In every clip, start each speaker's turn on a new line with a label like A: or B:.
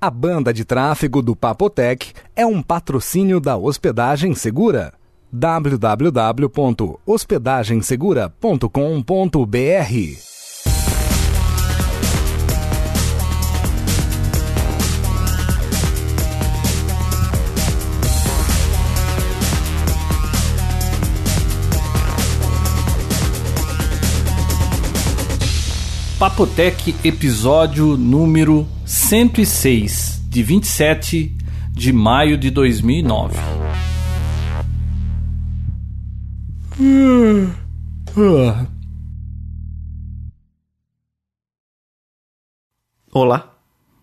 A: A banda de tráfego do Papotec é um patrocínio da Hospedagem Segura. www.hospedagensegura.com.br
B: Papotec, episódio número 106, de 27 de maio de 2009.
C: Olá.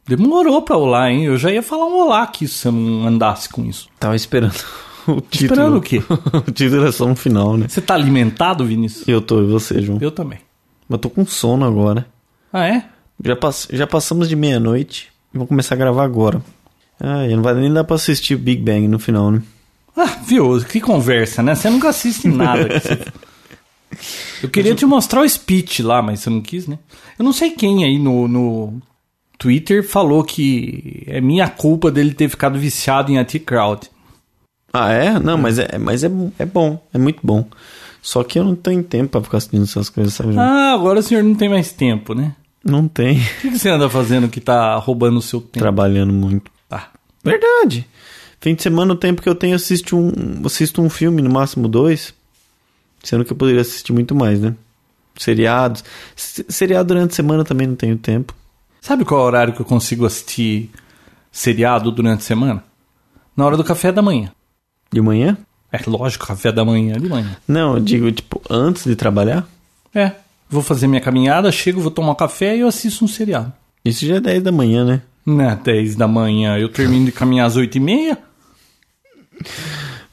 B: Demorou pra olá, hein? Eu já ia falar um olá aqui se eu não andasse com isso.
C: Tava esperando o
B: Esperando
C: título.
B: o quê?
C: o título é só um final, né?
B: Você tá alimentado, Vinícius?
C: Eu tô e você, João.
B: Eu também.
C: Mas tô com sono agora.
B: Ah, é?
C: Já, pass- já passamos de meia-noite e vou começar a gravar agora. Ah, não vai nem dar pra assistir o Big Bang no final, né?
B: Ah, viu? Que conversa, né? Você nunca assiste nada. que você- Eu queria te mostrar o speech lá, mas você não quis, né? Eu não sei quem aí no, no Twitter falou que é minha culpa dele ter ficado viciado em anti-crowd.
C: Ah, é? Não, mas, é, mas é, é bom. É muito bom. Só que eu não tenho tempo pra ficar assistindo essas coisas, sabe? João?
B: Ah, agora o senhor não tem mais tempo, né?
C: Não tem.
B: O que que você anda fazendo que tá roubando o seu tempo?
C: Trabalhando muito.
B: Ah,
C: Verdade. Fim de semana, o tempo que eu tenho, eu assisto um, assisto um filme, no máximo dois. Sendo que eu poderia assistir muito mais, né? Seriados. Se- Seriado durante a semana também não tenho tempo.
B: Sabe qual é o horário que eu consigo assistir seriado durante a semana? Na hora do café da manhã.
C: De manhã?
B: É lógico, café da manhã é de manhã.
C: Não, eu digo, tipo, antes de trabalhar?
B: É, vou fazer minha caminhada, chego, vou tomar um café e eu assisto um seriado.
C: Isso já é 10 da manhã, né?
B: Não, 10 da manhã, eu termino de caminhar às 8 e meia.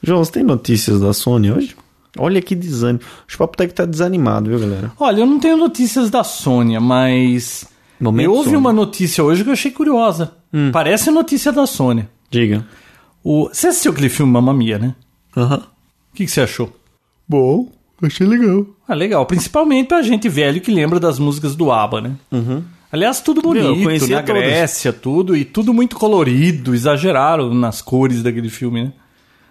C: João, você tem notícias da Sony hoje? Olha que desânimo. O Papo Tech tá desanimado, viu, galera?
B: Olha, eu não tenho notícias da Sônia, mas...
C: Momento
B: eu ouvi
C: Sônia. Hum.
B: uma notícia hoje que eu achei curiosa. Parece notícia da Sônia.
C: Diga.
B: O... Você assistiu aquele filme Mamma Mia, né?
C: Aham.
B: O que, que você achou?
C: Bom, achei legal.
B: Ah, legal. Principalmente pra gente velho que lembra das músicas do ABBA, né? Aliás, tudo bonito,
C: Uhum. eu conhecia
B: na
C: todas.
B: Grécia, tudo, e tudo muito colorido, exageraram nas cores daquele filme, né?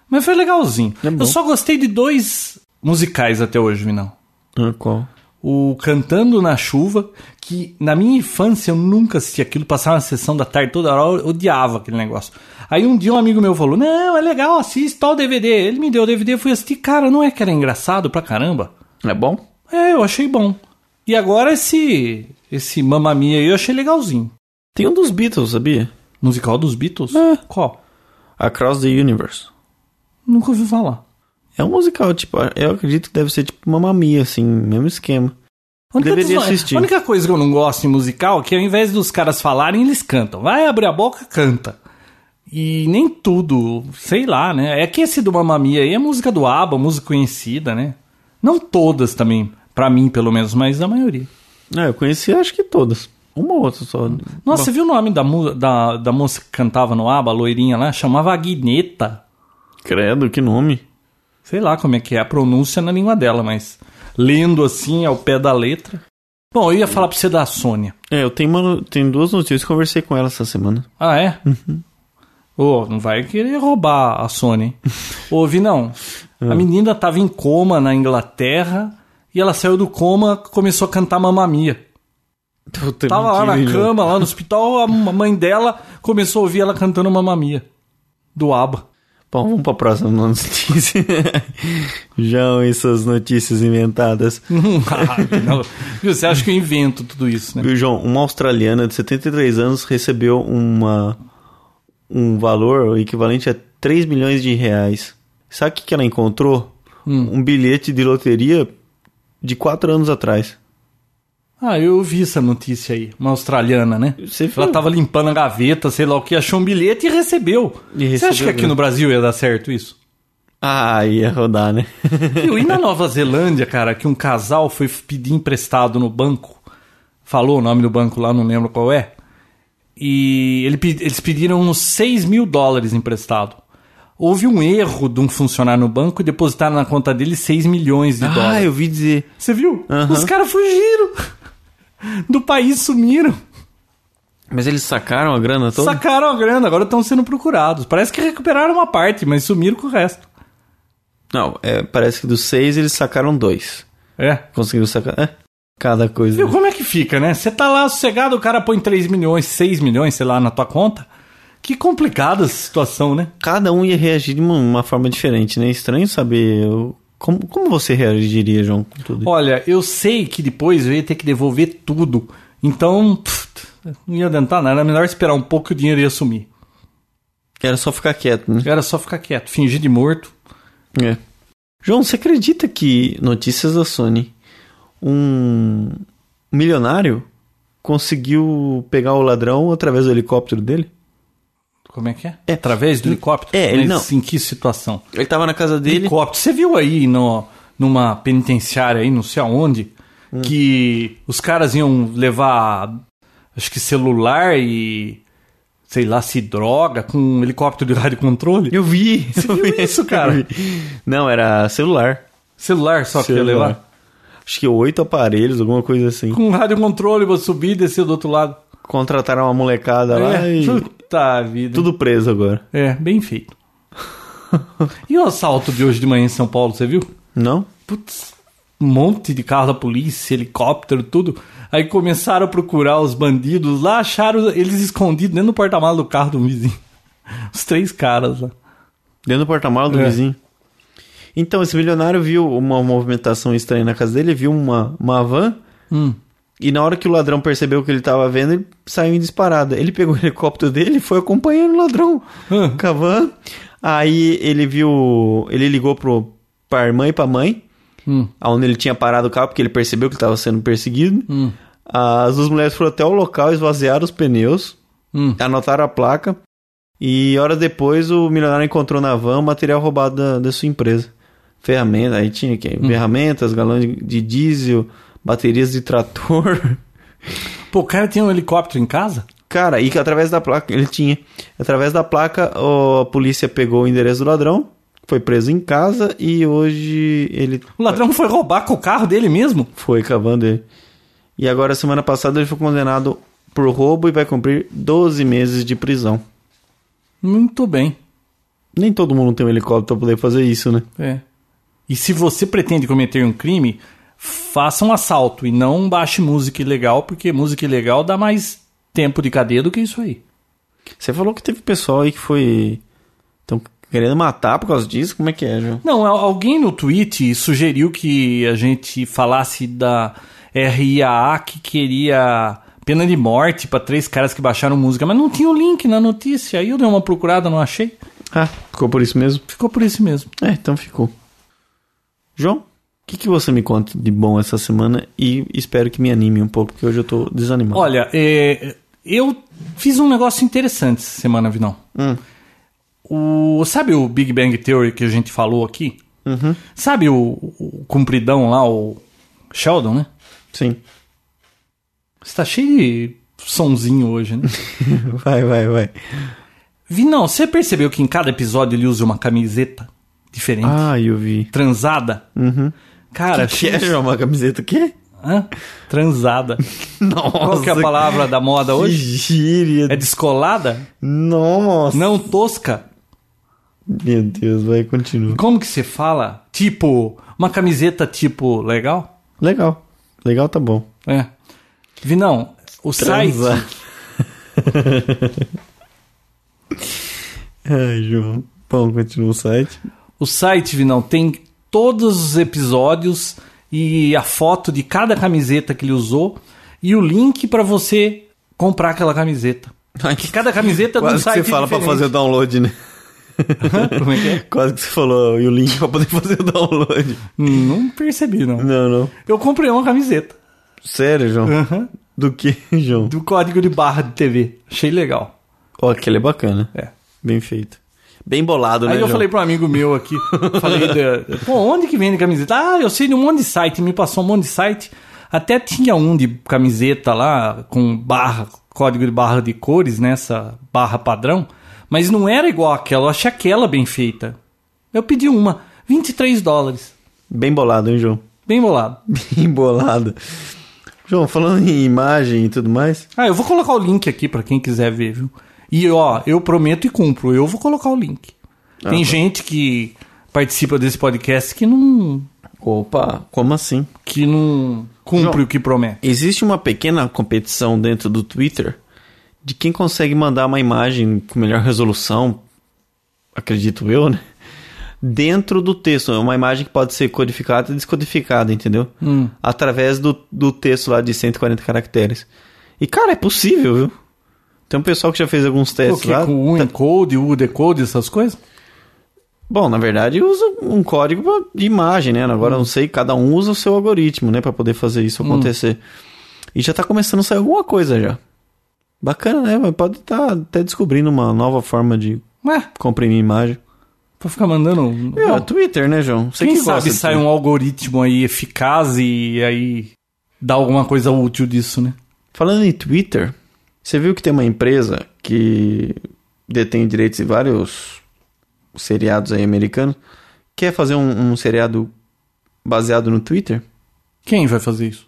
B: Mas foi legalzinho.
C: É bom.
B: eu só gostei de dois musicais até hoje, Vinão.
C: Ah, qual?
B: O Cantando na Chuva, que na minha infância eu nunca assisti aquilo, passava na sessão da tarde toda hora, eu odiava aquele negócio. Aí um dia um amigo meu falou: Não, é legal, assiste tal DVD. Ele me deu o DVD, eu fui assistir. Cara, não é que era engraçado pra caramba?
C: É bom?
B: É, eu achei bom. E agora esse esse Mamma Mia aí eu achei legalzinho.
C: Tem um dos Beatles, sabia?
B: Musical dos Beatles?
C: É.
B: Qual?
C: Across the Universe.
B: Nunca ouvi falar.
C: É um musical, tipo, eu acredito que deve ser tipo uma mamia, assim, mesmo esquema.
B: A única
C: Deveria
B: desva-
C: assistir.
B: A única coisa que eu não gosto em musical é que ao invés dos caras falarem, eles cantam. Vai abrir a boca, canta. E nem tudo, sei lá, né? É que esse do Mamma Mia aí é música do ABBA, música conhecida, né? Não todas também, pra mim pelo menos, mas a maioria.
C: Ah, eu conheci acho que todas. Uma ou outra só.
B: Nossa, você viu o nome da, mu- da, da moça que cantava no ABBA, a loirinha lá? Chamava Agneta.
C: Credo, que nome.
B: sei lá como é que é a pronúncia na língua dela, mas lendo assim ao pé da letra. Bom, eu ia falar pra você da Sônia.
C: É, eu tenho, uma, tenho duas notícias, conversei com ela essa semana.
B: Ah, é? Ô, não vai querer roubar a Sônia, hein? Ô, Vinão, a menina tava em coma na Inglaterra e ela saiu do coma começou a cantar mamamia. Tava lá na cama, lá no hospital, a m- mãe dela começou a ouvir ela cantando mamamia. Do ABBA.
C: Bom, vamos pra próxima notícia. João e suas notícias inventadas.
B: Ah, Vinão, viu, você acha que eu invento tudo isso, né?
C: Viu, João? Uma australiana de 73 anos recebeu uma, um valor equivalente a 3 milhões de reais. Sabe o que, que ela encontrou? Um bilhete de loteria de 4 anos atrás.
B: Ah, eu vi essa notícia aí, uma australiana, né?
C: Você viu?
B: Ela tava limpando a gaveta, sei lá o que, achou um bilhete e recebeu.
C: E
B: Você
C: recebeu né?
B: acha que aqui
C: mesmo.
B: no Brasil ia dar certo isso?
C: Ah, ia rodar, né?
B: Viu? E na Nova Zelândia, cara, que um casal foi pedir emprestado no banco, falou o nome do banco lá, não lembro qual é, e ele pe- eles pediram uns 6 mil dólares emprestado. Houve um erro de um funcionário no banco e depositaram na conta dele 6 milhões de
C: ah,
B: dólares.
C: eu vi dizer.
B: Você viu?
C: Aham.
B: Os caras fugiram do país, sumiram.
C: Mas eles sacaram a grana toda?
B: Sacaram a grana, agora estão sendo procurados. Parece que recuperaram uma parte, mas sumiram com o resto.
C: Não, é, parece que dos seis eles sacaram dois.
B: É.
C: Conseguiram sacar. É, cada coisa.
B: Viu como é que fica, né? Você tá lá sossegado, o cara põe 3 milhões, 6 milhões, sei lá, na tua conta. Que complicada essa situação, né?
C: Cada um ia reagir de uma, uma forma diferente, né? Estranho saber. o- como, como você reagiria, João, com tudo isso?
B: Olha, eu sei que depois eu ia ter que devolver tudo. Então, pff, não ia adiantar nada. Era melhor esperar um pouco que o dinheiro ia sumir.
C: Era só ficar quieto, né?
B: Era só ficar quieto, fingir de morto.
C: É. João, você acredita que notícias da Sony, um milionário conseguiu pegar o ladrão através do helicóptero dele?
B: Como é que é?
C: É.
B: Através do helicóptero?
C: É, ele
B: Mas
C: não-
B: Em que situação?
C: Ele tava na casa dele.
B: Helicóptero. Você viu aí no, numa penitenciária aí, não sei aonde,
C: Hum.
B: que os caras iam levar, acho que celular e, sei lá, se droga com um helicóptero de rádio controle?
C: Eu vi. Você
B: viu isso, cara?
C: Não, era celular.
B: Celular só que ia
C: Celular.
B: levar.
C: Acho que oito aparelhos, alguma coisa assim.
B: Com um rádio controle pra subir e descer do outro lado.
C: Contrataram uma molecada lá
B: é,
C: e.
B: puta vida.
C: Tudo preso agora.
B: É, bem feito. e o assalto de hoje de manhã em São Paulo, você viu?
C: Não?
B: Putz, um monte de carro da polícia, helicóptero, tudo. Aí começaram a procurar os bandidos lá, acharam eles escondidos dentro do porta-malas do carro do vizinho. Os três caras lá.
C: Dentro do porta-malas do
B: É.
C: vizinho. Então, esse milionário viu uma movimentação estranha na casa dele, viu uma, uma van,
B: Hum.
C: e na hora que o ladrão percebeu o que ele tava vendo, ele saiu em disparada. Ele pegou o helicóptero dele e foi acompanhando o ladrão
B: Hum.
C: com a van. Aí ele viu. Ele ligou pro, pra irmã e pra mãe,
B: Hum.
C: onde ele tinha parado o carro, porque ele percebeu que ele tava sendo perseguido.
B: Hum.
C: As duas mulheres foram até o local, esvaziaram os pneus,
B: Hum.
C: anotaram a placa. E horas depois o milionário encontrou na van o material roubado da, da sua empresa. Ferramentas, aí tinha que ferramentas, galões de, de diesel, baterias de trator.
B: Pô, o cara tinha um helicóptero em casa?
C: Cara, e que através da placa, ele tinha. Através da placa, o- a polícia pegou o endereço do ladrão, foi preso em casa e hoje ele
B: O ladrão foi roubar com o carro dele mesmo?
C: Foi cavando ele. E agora, semana passada, ele foi condenado por roubo e vai cumprir 12 meses de prisão.
B: Muito bem.
C: Nem todo mundo tem um helicóptero pra poder fazer isso, né?
B: É. E se você pretende cometer um crime, faça um assalto e não baixe música ilegal, porque música ilegal dá mais tempo de cadeia do que isso aí.
C: Você falou que teve pessoal aí que foi. Estão querendo matar por causa disso? Como é que é, João?
B: Não, al- alguém no tweet sugeriu que a gente falasse da RIAA que queria pena de morte pra três caras que baixaram música, mas não tinha o link na notícia. Aí eu dei uma procurada, não achei.
C: Ah, ficou por isso mesmo?
B: Ficou por isso mesmo.
C: É, então ficou. João, o que, que você me conta de bom essa semana? E espero que me anime um pouco, porque hoje eu tô desanimado.
B: Olha, é, eu fiz um negócio interessante essa semana, Vinão.
C: Hum.
B: O, sabe o Big Bang Theory que a gente falou aqui?
C: Uhum.
B: Sabe o, o compridão lá, o Sheldon, né?
C: Sim.
B: Você tá cheio de sonzinho hoje, né?
C: vai, vai, vai.
B: Vinão, você percebeu que em cada episódio ele usa uma camiseta diferente?
C: Ah, eu vi.
B: Transada?
C: Uhum.
B: Cara,
C: Que é, João? Uma camiseta o quê?
B: Hã? Transada.
C: Nossa,
B: Qual que é a palavra da moda
C: Que
B: hoje?
C: gíria.
B: É descolada?
C: Nossa.
B: Não tosca?
C: Meu Deus, vai, continua.
B: Como que se fala? Tipo, uma camiseta tipo legal?
C: Legal. Legal tá bom.
B: É. Vinão, o
C: Transa.
B: site.
C: Ai, João. Bom, continua o site.
B: O site, Vinão, tem todos os episódios e a foto de cada camiseta que ele usou e o link pra você comprar aquela camiseta.
C: Ai,
B: é Que cada camiseta do
C: Quase que
B: site
C: você fala pra fazer o download, né?
B: fazer. Como é que é?
C: Quase que você falou e o link pra poder fazer o download.
B: Hum, Não percebi, não.
C: Não, não.
B: Eu comprei uma camiseta.
C: Sério, João?
B: Aham.
C: Do que, João?
B: Do código de barra de TV. Achei legal.
C: Ó, aquele é bacana.
B: É.
C: Bem feito. Bem bolado, né,
B: Aí eu
C: João?
B: falei pra um amigo meu aqui, falei, da- pô, onde que vende camiseta? Ah, eu sei de um monte de site, me passou um monte de site. Até tinha um de camiseta lá, com barra, código de barra de cores, nessa barra padrão, mas não era igual aquela, eu achei aquela bem feita. Eu pedi uma, 23 dólares,
C: Bem bolado, hein, João?
B: bem bolado.
C: Bem bolado. João, falando em imagem e tudo mais,
B: Ah, eu vou colocar o link aqui pra quem quiser ver, viu? E ó, eu prometo e cumpro, eu vou colocar o link.
C: Ah,
B: Tem
C: tá.
B: gente que participa desse podcast que não
C: opa, como assim?
B: que não cumpre
C: João.
B: o que promete.
C: Existe uma pequena competição dentro do Twitter de quem consegue mandar uma imagem com melhor resolução, acredito eu, né? Dentro do texto. É uma imagem que pode ser codificada e descodificada, entendeu?
B: Hum.
C: Através do, do texto lá de 140 caracteres. E, cara, é possível, viu? Tem um pessoal que já fez alguns
B: Pô,
C: testes
B: que
C: lá.
B: com o encode, o decode, essas coisas?
C: Bom, na verdade usa um código pra- de imagem, né? Agora eu não sei, cada um usa o seu algoritmo, né, Pra poder fazer isso acontecer. E já tá começando a sair alguma coisa já. Bacana, né? Mas Pode estar até descobrindo uma nova forma de
B: Ué,
C: comprimir imagem.
B: pra ficar mandando.
C: É,
B: Bom,
C: o Twitter, né, João? Você
B: quem
C: que gosta
B: sabe
C: de
B: sai
C: Twitter.
B: um algoritmo aí eficaz e aí dá alguma coisa útil disso, né?
C: Falando em Twitter, você viu que tem uma empresa que detém direitos de vários seriados aí americanos? Quer fazer um- um seriado baseado no Twitter?
B: Quem vai fazer isso?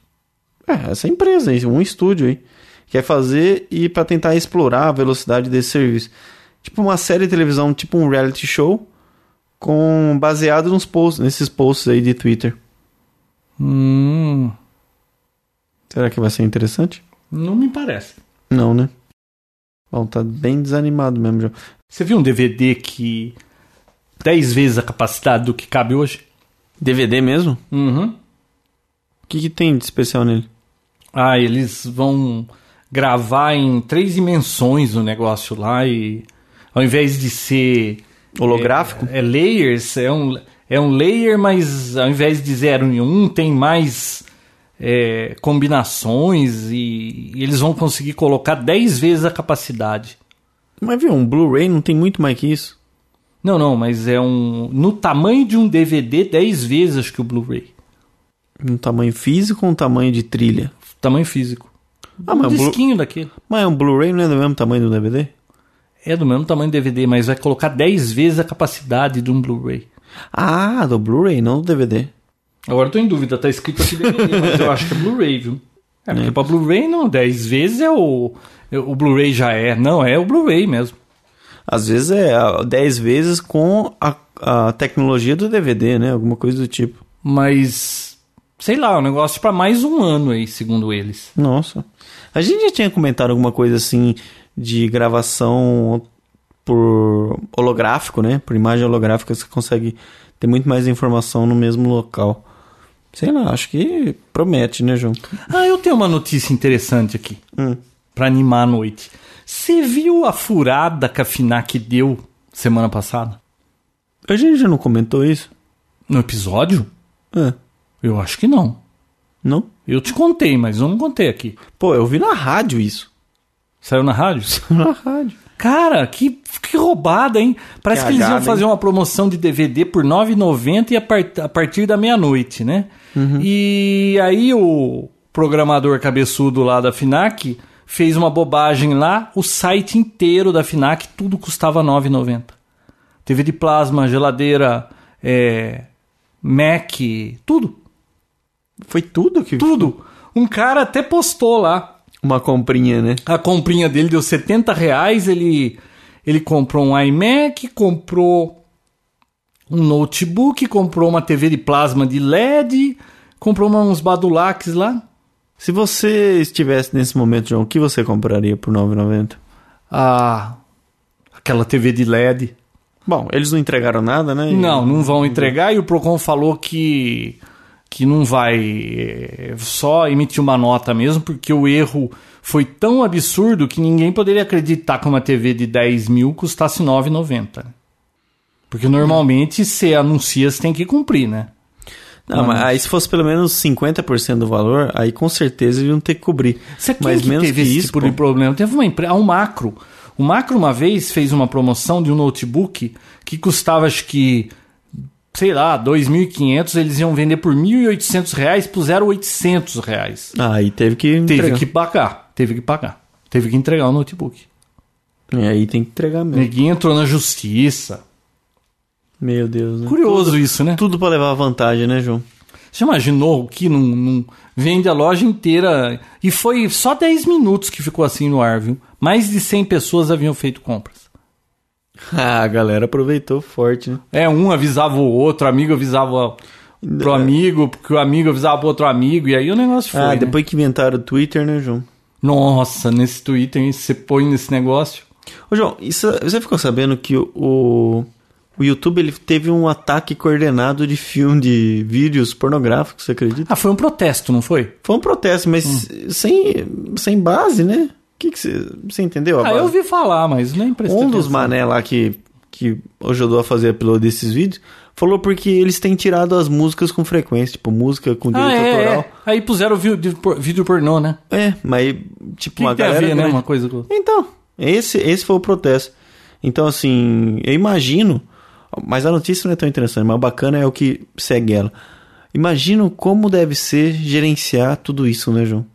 C: É, essa empresa aí, um estúdio aí. Quer fazer e pra tentar explorar a velocidade desse serviço. Tipo uma série de televisão, tipo um reality show, com baseado nos posts, nesses posts aí de Twitter.
B: Hum,
C: Será que vai ser interessante?
B: não me parece.
C: Não, né? Bom, tá bem desanimado mesmo, João.
B: Você viu um DVD que 10 vezes a capacidade do que cabe hoje?
C: DVD mesmo?
B: Uhum.
C: O que, que tem de especial nele?
B: Ah, eles vão gravar em três dimensões o negócio lá e ao invés de ser
C: Holográfico?
B: É, é layers, é um, é um layer, mas ao invés de 0 e 1, um, tem mais é, combinações e, e eles vão conseguir colocar 10 vezes a capacidade.
C: Mas viu, um Blu-ray não tem muito mais que isso.
B: Não, não, mas é um. No tamanho de um DVD, 10 vezes acho que o Blu-ray.
C: Um tamanho físico ou um tamanho de trilha?
B: Tamanho físico.
C: Ah,
B: um
C: mas, um Blu-
B: disquinho daquele.
C: mas um Blu-ray não é do mesmo tamanho do DVD?
B: É do mesmo tamanho do DVD, mas vai colocar 10 vezes a capacidade de um Blu-ray.
C: Ah, do Blu-ray, não do DVD.
B: Agora eu tô em dúvida, tá escrito aqui DVD, mas eu acho que é Blu-ray, viu? É, porque pra Blu-ray não, 10 vezes é o. é O Blu-ray já é. Não, é o Blu-ray mesmo.
C: Às vezes é ah, 10 vezes com a, a tecnologia do DVD, né? Alguma coisa do tipo.
B: Mas. Sei lá, é um negócio pra mais um ano aí, segundo eles.
C: Nossa. A gente já tinha comentado alguma coisa assim de gravação por holográfico, né? Por imagem holográfica você consegue ter muito mais informação no mesmo local. Sei lá, acho que promete, né, João?
B: Ah, eu tenho uma notícia interessante aqui.
C: Hum.
B: Pra animar a noite. Você viu a furada que a FINAC deu semana passada?
C: A gente já não comentou isso?
B: No episódio?
C: É.
B: Eu acho que não.
C: Não?
B: Eu te contei, mas eu não contei aqui.
C: Pô, eu vi na rádio isso.
B: Saiu na rádio?
C: na rádio.
B: Cara, que, que roubada, hein? Parece
C: Que
B: que, eles
C: agada,
B: iam
C: hein?
B: fazer uma promoção de DVD por R$ 9,90 e a, par- a partir da meia-noite, né? E aí o programador cabeçudo lá da FINAC fez uma bobagem lá, o site inteiro da FINAC, tudo custava R$ 9,90. TV de plasma, geladeira, é, Mac, tudo,
C: Foi tudo que.
B: tudo. Um cara até postou lá.
C: Uma comprinha, né?
B: A comprinha dele deu 70 reais. Ele, ele comprou um iMac, comprou um notebook, comprou uma TV de plasma de LED, comprou uma- uns badulaques lá.
C: Se você estivesse nesse momento, João, o que você compraria por 9,90?
B: Ah, aquela TV de LED.
C: Bom, eles não entregaram nada, né? E-
B: Não, não vão entregar. E o Procon falou que, que não vai eh, só emitir uma nota mesmo, porque o erro foi tão absurdo que ninguém poderia acreditar que uma TV de 10 mil custasse 9,90. né? Porque normalmente você anuncia, você tem que cumprir, né?
C: Não, Ah, mas aí se fosse pelo menos 50% do valor, aí com certeza eles iam ter que cobrir.
B: Você quem
C: mas
B: que
C: menos
B: teve
C: que
B: esse
C: isso,
B: tipo
C: pô,
B: de problema? Teve uma empresa, um macro. O macro uma vez fez uma promoção de um notebook que custava acho que sei lá, 2.500, eles iam vender por 1.800 reais, puseram 800 reais.
C: Ah, aí teve que
B: Teve
C: entregar.
B: que pagar, teve que pagar. Teve que entregar o notebook.
C: E É, aí tem que entregar mesmo.
B: Neguinho entrou na justiça.
C: Meu Deus, né?
B: Curioso isso, né?
C: Tudo pra levar vantagem, né, João?
B: Você imaginou que não, não vende a loja inteira? E foi só 10 minutos que ficou assim no ar, viu? Mais de 100 pessoas haviam feito compras.
C: Ah, a galera aproveitou forte, né?
B: É, um avisava o outro, o amigo avisava pro amigo, porque o amigo avisava pro outro amigo, e aí o negócio foi.
C: É. ah,
B: né?
C: depois que inventaram o Twitter, né, João?
B: Nossa, nesse Twitter, hein, você põe nesse negócio.
C: Ô, João, isso- você ficou sabendo que o- o, o YouTube ele teve um ataque coordenado de filme, de vídeos pornográficos, você acredita?
B: Ah, foi um protesto, não foi?
C: Foi um protesto, mas
B: Hum.
C: sem, sem base, né? O que, que você, você entendeu? a
B: Ah, eu
C: base?
B: ouvi falar, mas nem prestei
C: Um dos
B: atenção.
C: mané lá que, que ajudou a fazer a upload desses vídeos falou porque eles têm tirado as músicas com frequência, tipo, música com
B: Ah,
C: direito
B: é,
C: autoral.
B: é. Aí puseram vi- de por- vídeo pornô, né?
C: É, mas tipo,
B: Que
C: uma
B: que tem a
C: galera.
B: ver, né?
C: grande-
B: Uma coisa com outra.
C: Então, esse, esse foi o protesto. Então, assim, eu imagino. Mas a notícia não é tão interessante, mas o bacana é o que segue ela. Imagino como deve ser gerenciar tudo isso, né, João?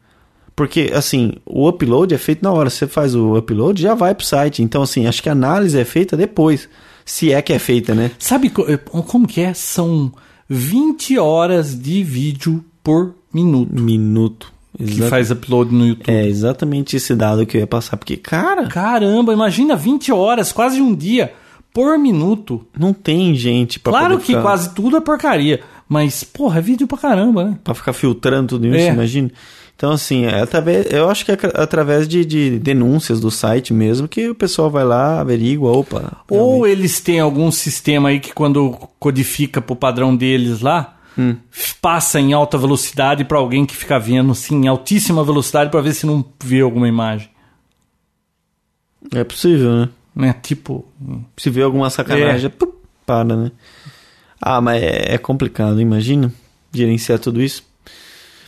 C: Porque, assim, o upload é feito na hora. Você faz o upload, já vai pro site. Então, assim, acho que a análise é feita depois. Se é que é feita, né?
B: Sabe co- eh, como que é? São 20 horas de vídeo por minuto
C: Minuto.
B: que
C: Exa-
B: faz upload no YouTube.
C: É exatamente esse dado que eu ia passar. Porque, cara,
B: Caramba, imagina 20 horas, quase um dia por minuto.
C: não tem gente pra
B: claro
C: poder
B: que
C: ficar-
B: quase tudo é porcaria, mas porra, é vídeo pra caramba, né?
C: Pra ficar filtrando tudo isso,
B: É.
C: imagina. Então, assim, é através, eu acho que é atra- através de, de denúncias do site mesmo que o pessoal vai lá, averigua, opa.
B: Ou eles têm algum sistema aí que quando codifica pro padrão deles lá,
C: Hum.
B: passa em alta velocidade pra alguém que fica vendo, sim, em altíssima velocidade pra ver se não vê alguma imagem.
C: É possível, né?
B: Né? Tipo,
C: Se vê alguma sacanagem,
B: É.
C: pum, para, né? Ah, mas é, é complicado, imagina, gerenciar tudo isso.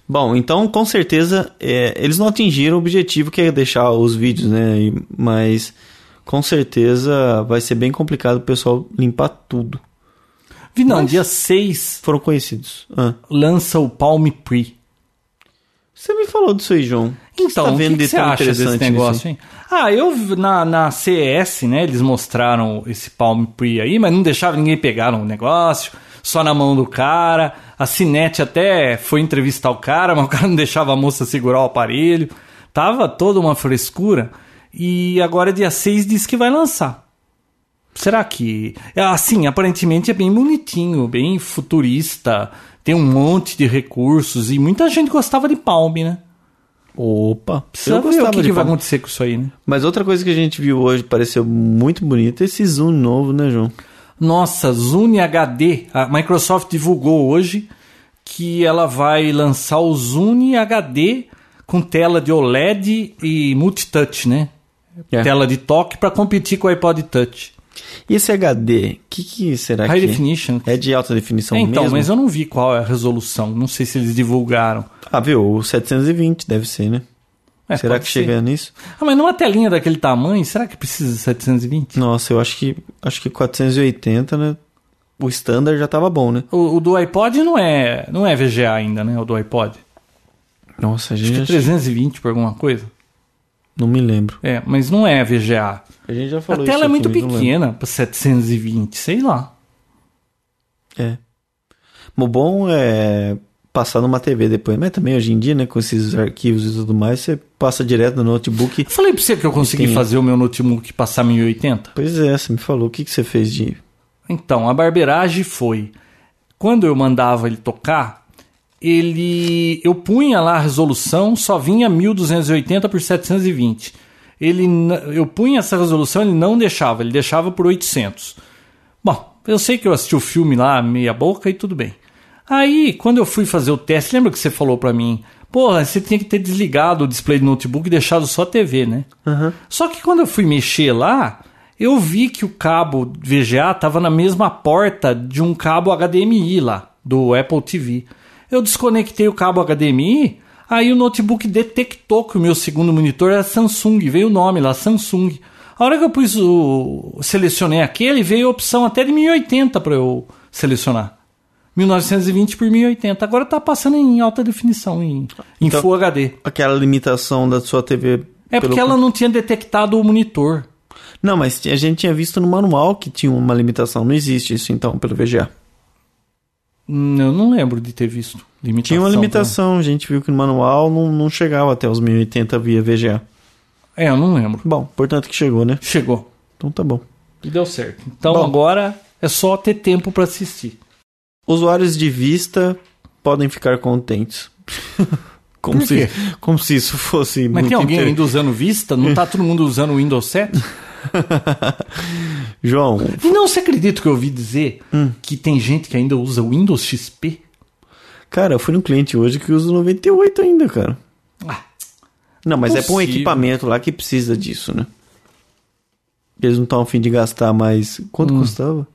C: Bom, então, com certeza, é, eles não atingiram o objetivo que é deixar os vídeos, né? E- mas, com certeza, vai ser bem complicado o pessoal limpar tudo.
B: vi não, dia 6
C: Foram conhecidos. Ah.
B: lança o Palm Pre.
C: Você me falou disso aí, João. O que
B: Então,
C: você tá
B: o
C: vendo
B: que, que
C: de
B: você
C: tão
B: acha desse
C: interessante nisso
B: negócio,
C: aí?
B: hein? Ah, eu vi na, na CES, né, eles mostraram esse Palm Pre aí, mas não deixava ninguém pegar o negócio, só na mão do cara. A Cinete até foi entrevistar o cara, mas o cara não deixava a moça segurar o aparelho. Tava toda uma frescura. E agora dia 6 diz que vai lançar. Será que. é Assim, aparentemente é bem bonitinho, bem futurista, tem um monte de recursos e muita gente gostava de Palm, né?
C: Opa,
B: Precisa
C: eu
B: ver
C: gostava
B: o que,
C: de
B: que vai
C: palma.
B: acontecer com isso aí, né?
C: Mas outra coisa que a gente viu hoje pareceu muito bonita, esse zoom novo, né, João?
B: Nossa, Zune HD. A Microsoft divulgou hoje que ela vai lançar o Zune HD com tela de OLED e multitouch, né?
C: É.
B: Tela de toque para competir com o iPod Touch.
C: E esse HD, o que, que será
B: High
C: que é?
B: definition.
C: é? de alta definição
B: É, então,
C: mesmo?
B: mas eu não vi qual é a resolução. Não sei se eles divulgaram.
C: Ah, viu, o 720 deve ser, né?
B: É,
C: será
B: pode
C: que
B: ser.
C: chega nisso?
B: Ah, mas numa telinha daquele tamanho, será que precisa de 720?
C: Nossa, eu acho que acho que 480, né? O standard já tava bom, né?
B: O, o do iPod não é, não é VGA ainda, né? O do iPod.
C: Nossa, a
B: Acho que
C: gente
B: é 320 por alguma coisa.
C: não me lembro.
B: É, mas não é VGA.
C: A gente já
B: A
C: falou
B: tela
C: isso
B: é
C: aqui,
B: muito
C: mas não lembro.
B: pequena para 720, sei lá.
C: É. O bom é passar numa TV depois. Mas também hoje em dia, né, com esses arquivos e tudo mais, você passa direto no notebook.
B: Eu falei para você que eu consegui
C: Tem.
B: fazer o meu notebook passar 1080?
C: Pois é, você me falou. O que, que você fez de.
B: Então, a barbeiragem foi. Quando eu mandava ele tocar, ele. Eu punha lá a resolução, só vinha 1280 por 720. Ele, n- eu punha essa resolução, ele não deixava, ele deixava por 800. Bom, eu sei que eu assisti o filme lá, meia boca e tudo bem. Aí, quando eu fui fazer o teste, lembra que você falou pra mim? Porra, você tinha que ter desligado o display do notebook e deixado só a TV, né? Só que quando eu fui mexer lá, eu vi que o cabo VGA tava na mesma porta de um cabo HDMI lá, do Apple TV. Eu desconectei o cabo HDMI, aí o notebook detectou que o meu segundo monitor era Samsung, veio o nome lá, Samsung. A hora que eu pus o. selecionei aquele, veio a opção até de 1080 para eu selecionar. 1920 por 1080. Agora tá passando em alta definição, em, em
C: Então-
B: Full HD.
C: Aquela limitação da sua TV.
B: É
C: pelo-
B: porque ela não tinha detectado o monitor.
C: Não, mas a gente tinha visto no manual que tinha uma limitação. Não existe isso, então, pelo VGA.
B: Hum, Eu não lembro de ter visto. Limitação. né?
C: Tinha uma
B: pra-
C: limitação, a gente viu que no manual não, não chegava até os 1080 via VGA.
B: É, eu não lembro.
C: Bom, portanto que chegou, né?
B: Chegou.
C: Então tá bom.
B: E deu certo. Então
C: Bom.
B: agora é só ter tempo pra assistir.
C: Usuários de vista podem ficar contentes. como,
B: Por
C: se,
B: quê?
C: como se isso fosse
B: Mas
C: muito
B: tem alguém
C: inter-
B: ainda usando Vista? Não tá todo mundo usando Windows 7?
C: João,
B: E não, você acredita que eu ouvi dizer
C: Hum.
B: que tem gente que ainda usa Windows XP?
C: cara, eu fui num cliente hoje que usa o 98 ainda, cara.
B: Ah,
C: Não, mas é pra um
B: Possível.
C: equipamento lá que precisa disso, né? Eles não estão afim de gastar mais.
B: Hum.
C: Quanto custava?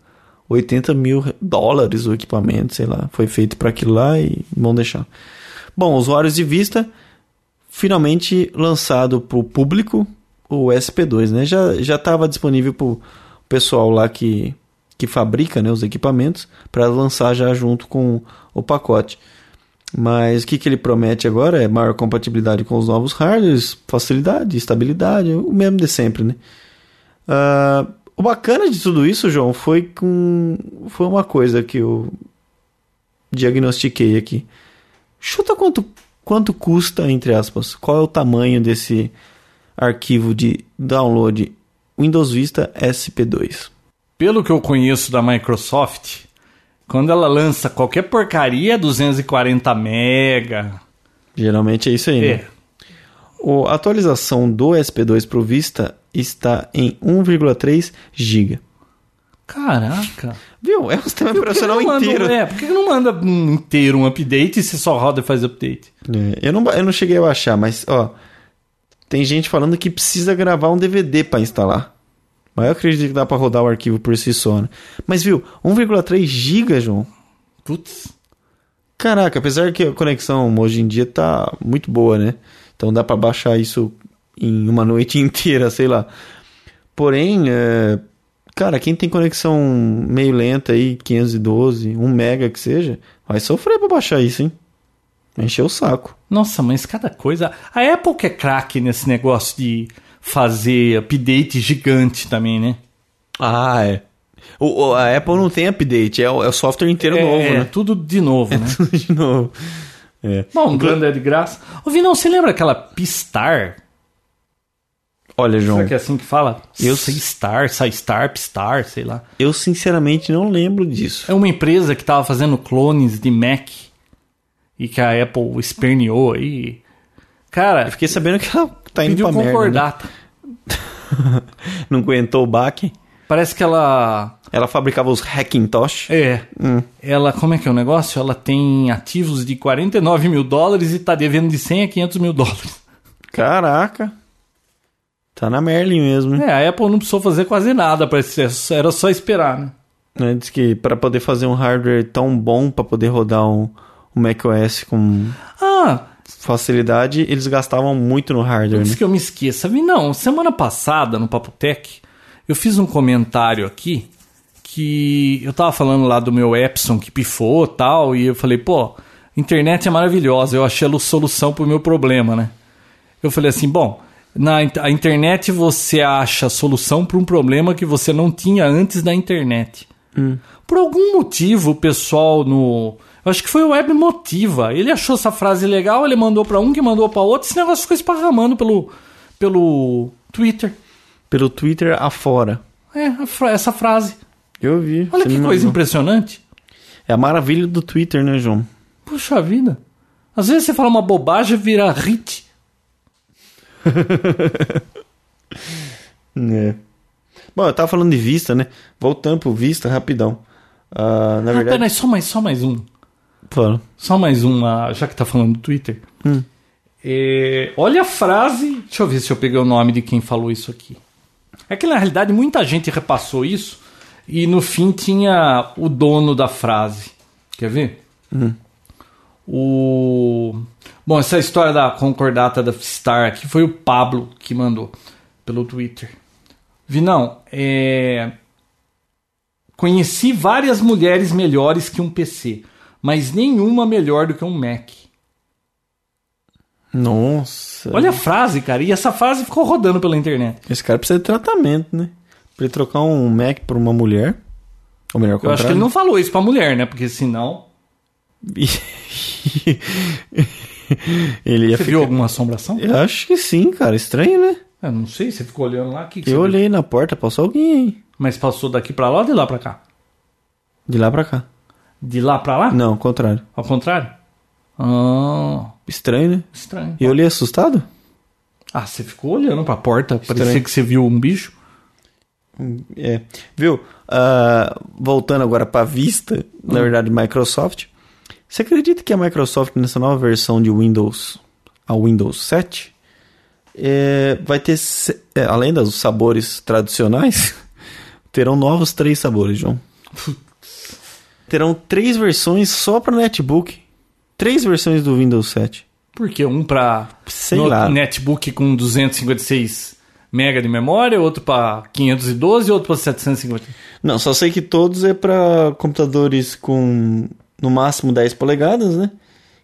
C: 80 mil re- dólares o equipamento, sei lá. Foi feito pra aquilo lá e vão deixar. Bom, usuários de vista, finalmente lançado pro público o SP2, né? Já, já tava disponível pro pessoal lá que, que fabrica né, os equipamentos para lançar já junto com o pacote. Mas o que, que ele promete agora é maior compatibilidade com os novos hardwares, facilidade, estabilidade, o mesmo de sempre, né? Ah, o bacana de tudo isso, João, foi com foi uma coisa que eu diagnostiquei aqui. Chuta quanto quanto custa, entre aspas, qual é o tamanho desse arquivo de download Windows Vista SP2?
B: Pelo que eu conheço da Microsoft, quando ela lança qualquer porcaria, é 240 mega.
C: Geralmente é isso aí, né?
B: É.
C: O- A atualização do SP2 pro Vista está em 1,3 GB.
B: Caraca.
C: Viu? É um sistema operacional
B: Por que não manda-
C: inteiro.
B: É, por que não manda um inteiro um update e você só roda e faz update?
C: É, eu, não, ba- eu não cheguei a baixar, mas ó. Tem gente falando que precisa gravar um DVD para instalar. Mas eu acredito que dá para rodar o arquivo por si só. né? Mas viu, 1,3 GB, João.
B: Putz.
C: Caraca, apesar que a conexão hoje em dia tá muito boa, né? Então dá pra baixar isso em uma noite inteira, sei lá. Porém, é, cara, quem tem conexão meio lenta aí, 512, 1 mega que seja, vai sofrer pra baixar isso, hein? Encher o saco.
B: Nossa, mas cada coisa. A Apple que é craque nesse negócio de fazer update gigante também, né?
C: Ah, é. a Apple não tem update, é o, software inteiro né?
B: é, é, Tudo de novo, né?
C: De novo. É.
B: Bom, o Blender é de graça. Ô, Vinão, você lembra aquela Pistar?
C: Olha, João.
B: Será que é assim que fala?
C: Eu
B: sei Star, Star, Pistar, sei lá.
C: Eu sinceramente não lembro disso.
B: É uma empresa que tava fazendo clones de Mac e que a Apple esperneou aí. Cara,
C: Eu fiquei sabendo que ela tá indo
B: pediu tá?
C: pra merda. né?
B: concordata.
C: não aguentou o baque.
B: Parece que ela.
C: Ela fabricava os Hackintosh.
B: É.
C: Hum.
B: Ela, como é que é o negócio? Ela tem ativos de 49 mil dólares e tá devendo de 100 a 500 mil dólares.
C: Caraca. Tá na Merlin mesmo, né?
B: É, a Apple não precisou fazer quase nada pra isso. Era só esperar, né?
C: Né, Diz que pra poder fazer um hardware tão bom pra poder rodar um, um macOS com
B: Ah,
C: facilidade, eles gastavam muito no hardware, né?
B: Antes que eu me esqueça, vi não, semana passada no Papotec, eu fiz um comentário aqui que eu tava falando lá do meu Epson que pifou e tal, e eu falei, pô, internet é maravilhosa, eu achei a solução pro meu problema, né? Eu falei assim, bom, na in- a internet você acha a solução para um problema que você não tinha antes da internet.
C: Hum.
B: Por algum motivo, o pessoal no. eu Acho que foi o Web Motiva. Ele achou essa frase legal, ele mandou para um, que mandou para outro, esse negócio ficou esparramando pelo, pelo Twitter.
C: Pelo Twitter afora.
B: É, a fra- essa frase.
C: Eu vi.
B: Olha
C: você
B: que
C: me
B: coisa
C: mandou.
B: impressionante.
C: É a maravilha do Twitter, né, João?
B: Puxa vida. Às vezes você fala uma bobagem e vira hit.
C: É. Bom, eu tava falando de vista, né? Voltando pro vista, rapidão. Ah, na
B: Ah,
C: verdade...
B: peraí, só mais, só mais um.
C: Fala.
B: Só mais uma, já que tá falando do Twitter. É, olha a frase. Deixa eu ver se eu peguei o nome de quem falou isso aqui. É que na realidade muita gente repassou isso e no fim tinha o dono da frase. Quer ver? O. Bom, essa história da concordata da Star aqui foi o Pablo que mandou pelo Twitter. Vinão, é. Conheci várias mulheres melhores que um PC, mas nenhuma melhor do que um Mac.
C: Nossa.
B: Olha a frase, cara. E essa frase ficou rodando pela internet.
C: Esse cara precisa de tratamento, né? Pra ele trocar um Mac por uma mulher. Ou melhor,
B: Eu acho que ele não falou isso pra mulher, né? Porque senão.
C: ele ia
B: Você viu alguma assombração?
C: Eu acho que sim, cara. Estranho, né?
B: Eu não sei, você ficou olhando lá. Que que você
C: Eu
B: viu?
C: olhei na porta, passou alguém, hein?
B: Mas passou daqui pra lá ou de lá pra cá?
C: De lá pra cá.
B: De lá pra lá?
C: Não, ao contrário.
B: Ao contrário? Ah,
C: Estranho, né?
B: estranho.
C: E eu olhei assustado?
B: Ah, você ficou olhando pra porta, parecia
C: Estranho.
B: que você viu um bicho.
C: É. Viu? Ah, voltando agora pra vista, na verdade, Microsoft. Você acredita que a Microsoft, nessa nova versão de Windows, a Windows 7, é, vai ter, se- é, além dos sabores tradicionais, terão novos três sabores, João. terão três versões só pra netbook. Três versões do Windows 7.
B: Por quê? Um pra
C: Sei lá.
B: netbook com 256 mega de memória, outro pra 512 e outro pra 750.
C: Não, só sei que todos é para computadores com no máximo 10 polegadas, né?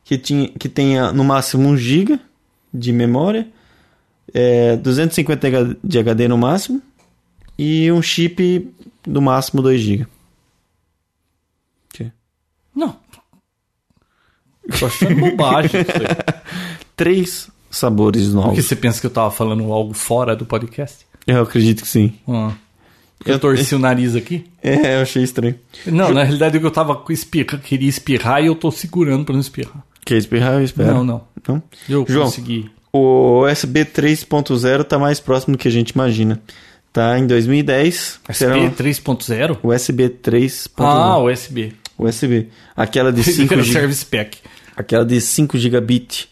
C: Que, tinha, que tenha no máximo 1 GB de memória, é, 250 H- de HD no máximo e um chip no máximo 2 GB.
B: Não. Tô achando bobagem isso aí.
C: Três sabores
B: Porque
C: novos.
B: você pensa que eu tava falando algo fora do podcast?
C: Eu acredito que sim.
B: Ah, eu torci o nariz aqui?
C: É, eu achei estranho.
B: Não, na realidade é que eu tava com espirra, queria espirrar e eu tô segurando pra não espirrar.
C: Quer espirrar? Eu espero.
B: Não, não.
C: Não?
B: Eu
C: É? João.
B: consegui.
C: O USB 3.0 tá mais próximo do que a gente imagina. Tá em 2010. será-
B: USB 3.0?
C: USB 3.0.
B: Ah, USB.
C: USB. Aquela de 5
B: Aquela
C: GB,
B: Service Pack.
C: aquela de 5 gigabit.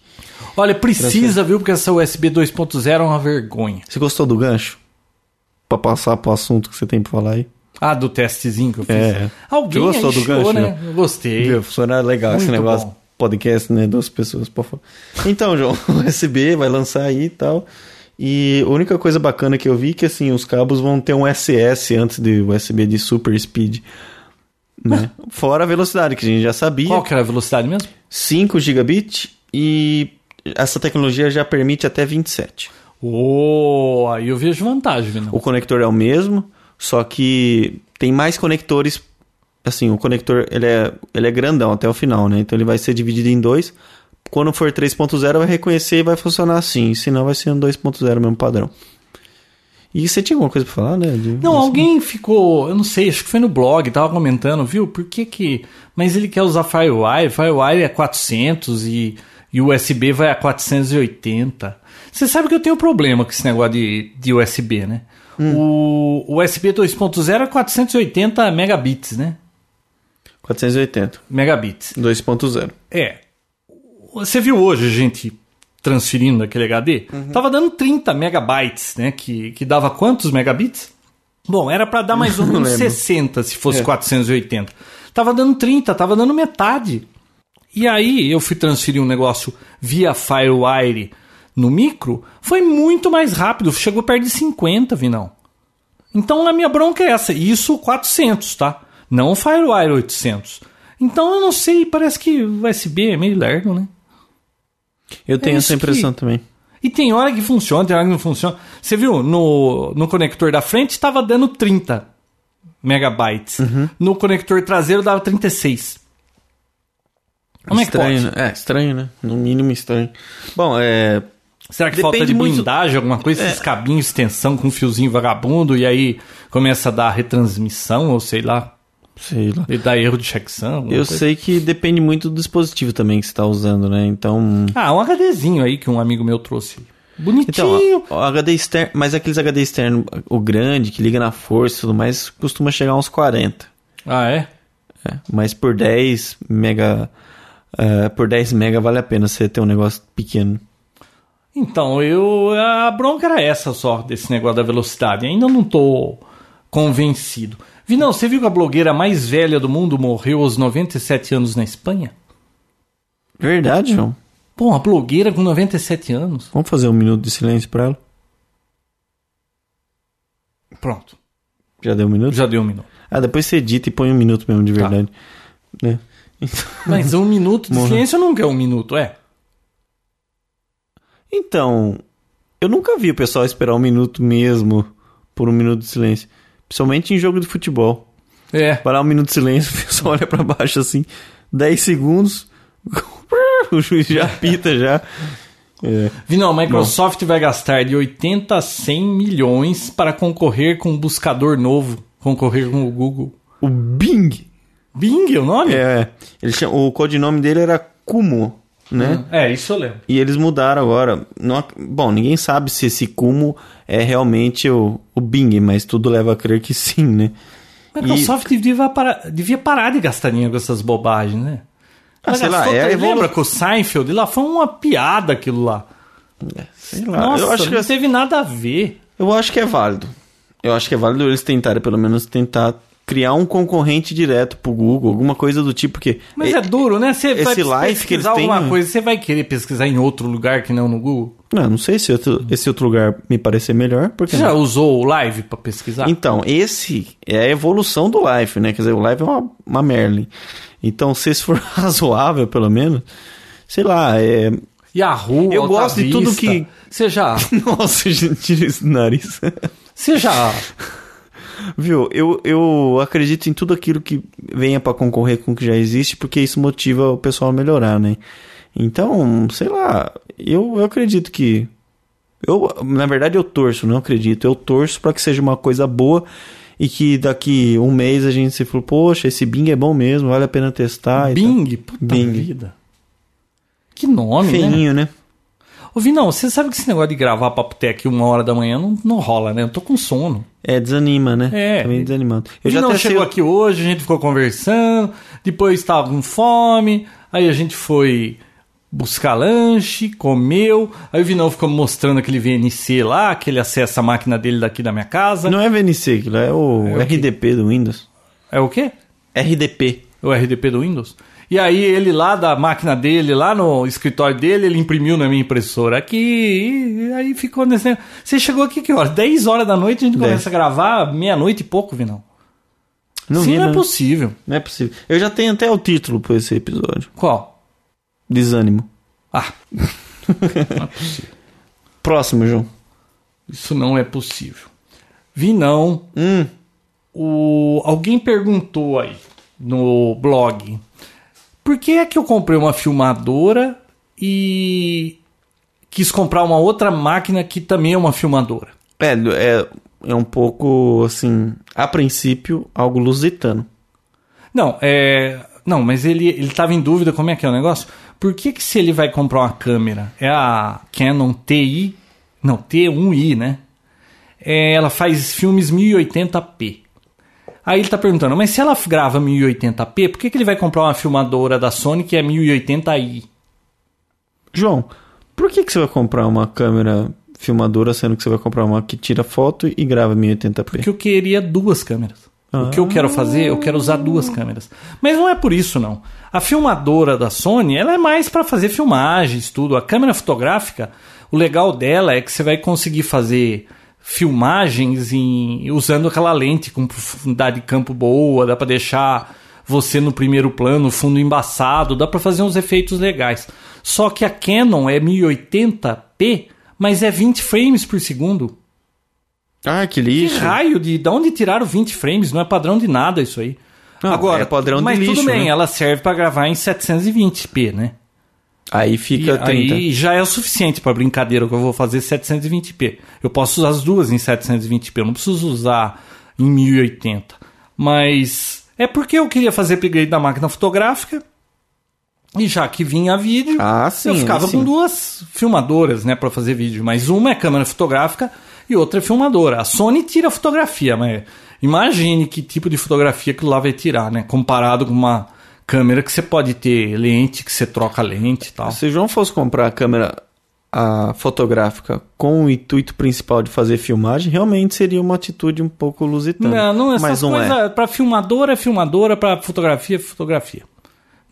B: Olha, precisa, viu? Porque essa USB 2.0 é uma vergonha.
C: Você gostou do gancho? Pra passar pro assunto que você tem pra falar aí.
B: Ah, do testezinho que eu fiz.
C: É.
B: Alguém
C: Você gostou do
B: aí chiou,
C: gancho,
B: né? Eu gostei.
C: Viu? Funcionar legal esse
B: Muito
C: negócio.
B: bom.
C: Podcast, né? Duas pessoas pra falar. Então, João, o USB vai lançar aí e tal. E a única coisa bacana que eu vi é que assim, os cabos vão ter um SS antes de USB de super speed. Né? Fora a velocidade, que a gente já sabia.
B: Qual que é? era a velocidade mesmo?
C: 5 gigabit e essa tecnologia já permite até 27.
B: Ô, aí eu vejo vantagem, Vinão.
C: O conector é o mesmo, só que tem mais conectores. Assim, o conector ele é, ele é grandão até o final, né? Então ele vai ser dividido em dois. Quando for 3.0 vai reconhecer e vai funcionar assim, senão vai ser um 2.0 mesmo padrão. E você tinha alguma coisa pra falar, né? De-
B: Não, alguém ficou, eu não sei, acho que foi no blog, tava comentando, viu? Por que que... Mas ele quer usar FireWire, FireWire é 400 e, e USB vai a 480. Você sabe que eu tenho um problema com esse negócio de, de USB, né? O o USB 2.0 é 480 megabits, né?
C: 480,
B: Megabits.
C: 2.0.
B: É. Você viu hoje gente transferindo aquele HD?
C: Uhum.
B: Tava dando 30 megabytes, né? Que, que dava quantos megabits? Bom, era pra dar mais ou menos
C: lembro.
B: 60 se fosse
C: É.
B: 480. Tava dando 30, tava dando metade. E aí eu fui transferir um negócio via FireWire no micro, foi muito mais rápido, chegou perto de 50, Vinão. Então a minha bronca é essa. Isso 400, tá? Não o FireWire 800. Então eu não sei, parece que o USB é meio lerdo, né?
C: Eu tenho
B: É isso
C: essa impressão também.
B: E tem hora que funciona, tem hora que não funciona. Você viu, no, no conector da frente estava dando 30 megabytes.
C: Uhum.
B: No conector traseiro dava 36. Como
C: estranho,
B: é que pode?
C: né? É, estranho, né? No mínimo estranho. Bom, é.
B: Será que
C: Depende
B: falta de
C: muito- É.
B: blindagem, alguma coisa? Esses cabinhos, extensão com fiozinho vagabundo e aí começa a dar retransmissão ou sei lá.
C: Sei lá.
B: E dá erro de checksum. alguma
C: Eu
B: coisa.
C: sei que depende muito do dispositivo também que você está usando, né? Então.
B: Ah, um HDzinho aí que um amigo meu trouxe.
C: Então,
B: Bonitinho.
C: o HD externo. Mas aqueles HD externo, o grande, que liga na força e tudo mais, costuma chegar a uns 40.
B: Ah, é?
C: é. Mas por 10 mega. eh, por 10 mega vale a pena você ter um negócio pequeno.
B: Então, eu a bronca era essa só desse negócio da velocidade. Ainda não tô convencido. Vinão, você viu que a blogueira mais velha do mundo morreu aos 97 anos na Espanha?
C: Verdade, João.
B: Pô, uma blogueira com 97 anos.
C: Então, Vamos fazer um minuto de silêncio pra ela?
B: Pronto.
C: Já deu um minuto?
B: Já deu um minuto.
C: Ah, depois você edita e põe um minuto mesmo, de verdade. Né? Então-
B: Mas um minuto de
C: Morreu.
B: silêncio não é um minuto, é?
C: Então, eu nunca vi o pessoal esperar um minuto mesmo por um minuto de silêncio. Principalmente em jogo de futebol.
B: É.
C: Vai lá um minuto de silêncio, o pessoal olha pra baixo assim, 10 segundos, o juiz já apita já. É.
B: Vinão, a Microsoft vai gastar de 80 a 100 milhões para concorrer com um buscador novo. Concorrer com o Google.
C: O Bing,
B: Bing é o nome?
C: é, ele chama- o codinome dele era Kumo, né?
B: É, isso eu lembro.
C: E eles mudaram agora. Não ac- bom, ninguém sabe se esse Kumo é realmente o, o Bing, mas tudo leva a crer que sim, né?
B: Microsoft devia, parar, devia parar de gastar dinheiro com essas bobagens, né?
C: Ah,
B: Ela
C: sei lá,
B: gastou
C: é a
B: tanto-
C: evolu-
B: Lembra com o Seinfeld? Lá foi uma piada aquilo lá.
C: Sei lá,
B: Nossa,
C: Ah, eu, acho
B: não
C: que, assim,
B: teve nada a ver.
C: eu acho que é válido. Eu acho que é válido eles tentarem, pelo menos, tentar criar um concorrente direto pro Google, alguma coisa do tipo, porque...
B: Mas
C: e-
B: é, duro, né? Você vai
C: esse life que eles
B: pesquisar alguma
C: têm- um-
B: coisa, você vai querer pesquisar em outro lugar que não no Google?
C: Não, não sei se outro- esse outro lugar me parecer melhor, porque...
B: Você já usou o Live pra pesquisar?
C: Então, esse é a evolução do Life, né? Quer dizer, o Life é uma, uma Merlin. Então, se isso for razoável, pelo menos, sei lá, é.
B: Yahoo,
C: Eu
B: Alta
C: gosto de tudo
B: Vista.
C: que-
B: Você já...
C: Nossa, gente, tira esse nariz.
B: Você já...
C: Viu? Eu, eu acredito em tudo aquilo que venha pra concorrer com o que já existe, porque isso motiva o pessoal a melhorar, né? Então, sei lá, eu, eu acredito que. Eu, na verdade, eu torço, não acredito. Eu torço pra que seja uma coisa boa e que daqui um mês a gente se falou, poxa, esse Bing é bom mesmo, vale a pena testar. e tal."
B: Bing? Puta
C: tá. Bing.
B: vida. Que nome, né?
C: Feinho, né?
B: Ô, Vinão, você sabe que esse negócio de gravar Papo Tech uma hora da manhã não, não rola, né? Eu tô com sono.
C: É, desanima, né?
B: É.
C: Também desanimando.
B: Eu já não
C: testei-
B: chegou aqui hoje, a gente ficou conversando, depois estava com fome, aí a gente foi buscar lanche, comeu, aí o Vinão ficou me mostrando aquele VNC lá, que ele acessa a máquina dele daqui da minha casa.
C: Não é VNC, aquilo é o
B: né? É o quê?
C: RDP do Windows.
B: É o quê?
C: RDP.
B: O RDP do Windows. E aí ele lá da máquina dele, lá no escritório dele, ele imprimiu na minha impressora aqui, e aí ficou nesse... Você chegou aqui que hora? 10 horas da noite a gente
C: Dez.
B: começa a gravar, meia-noite e pouco, Vinão.
C: Não
B: Sim,
C: vi,
B: não é
C: né?
B: possível.
C: Não é possível. Eu já tenho até o título pra esse episódio.
B: Qual?
C: Desânimo.
B: Ah,
C: Próximo, João.
B: Isso não é possível. Vi não.
C: Hum.
B: O... Alguém perguntou aí no blog. Por que é que eu comprei uma filmadora e quis comprar uma outra máquina que também é uma filmadora?
C: É, é, é um pouco, assim, a princípio, algo lusitano.
B: Não, é. Não, mas ele, ele tava em dúvida como é que é o negócio. Por que, que se ele vai comprar uma câmera? É a Canon TI. Não, T1i, né? É, ela faz filmes 1080p. Aí ele tá perguntando, mas se ela grava 1080p, por que, que ele vai comprar uma filmadora da Sony que é 1080i?
C: João, por que, que você vai comprar uma câmera filmadora, sendo que você vai comprar uma que tira foto e grava 1080p?
B: Porque eu queria duas câmeras. O que eu quero fazer, eu quero usar duas câmeras. Mas não é por isso, não. A filmadora da Sony, ela é mais para fazer filmagens, tudo. A câmera fotográfica, o legal dela é que você vai conseguir fazer filmagens em- usando aquela lente com profundidade de campo boa, dá para deixar você no primeiro plano, fundo embaçado, dá para fazer uns efeitos legais. Só que a Canon é 1080p, mas é 20 frames por segundo.
C: Ah,
B: Que
C: que lixo.
B: raio de. Da onde tiraram 20 frames? Não é padrão de nada isso aí.
C: Não, é padrão de
B: mas
C: lixo,
B: tudo bem,
C: né?
B: ela serve pra gravar em 720p, né?
C: Aí
B: E
C: fica 30.
B: aí já é o suficiente pra brincadeira que eu vou fazer 720p. Eu posso usar as duas em 720p, eu não preciso usar em 1080. Mas é porque eu queria fazer upgrade da máquina fotográfica. E já que vinha vídeo,
C: Ah, sim,
B: eu ficava
C: aí sim.
B: com duas filmadoras, né, para fazer vídeo. Mas uma é câmera fotográfica e outra é filmadora. A Sony tira fotografia, mas imagine que tipo de fotografia que lá vai tirar, né? Comparado com uma câmera que você pode ter lente, que você troca lente e tal.
C: Se o João fosse comprar a câmera a fotográfica com o intuito principal de fazer filmagem, realmente seria uma atitude um pouco lusitana.
B: Não, não,
C: Mas
B: essas
C: não
B: coisas
C: é.
B: pra filmadora é filmadora, pra fotografia é fotografia.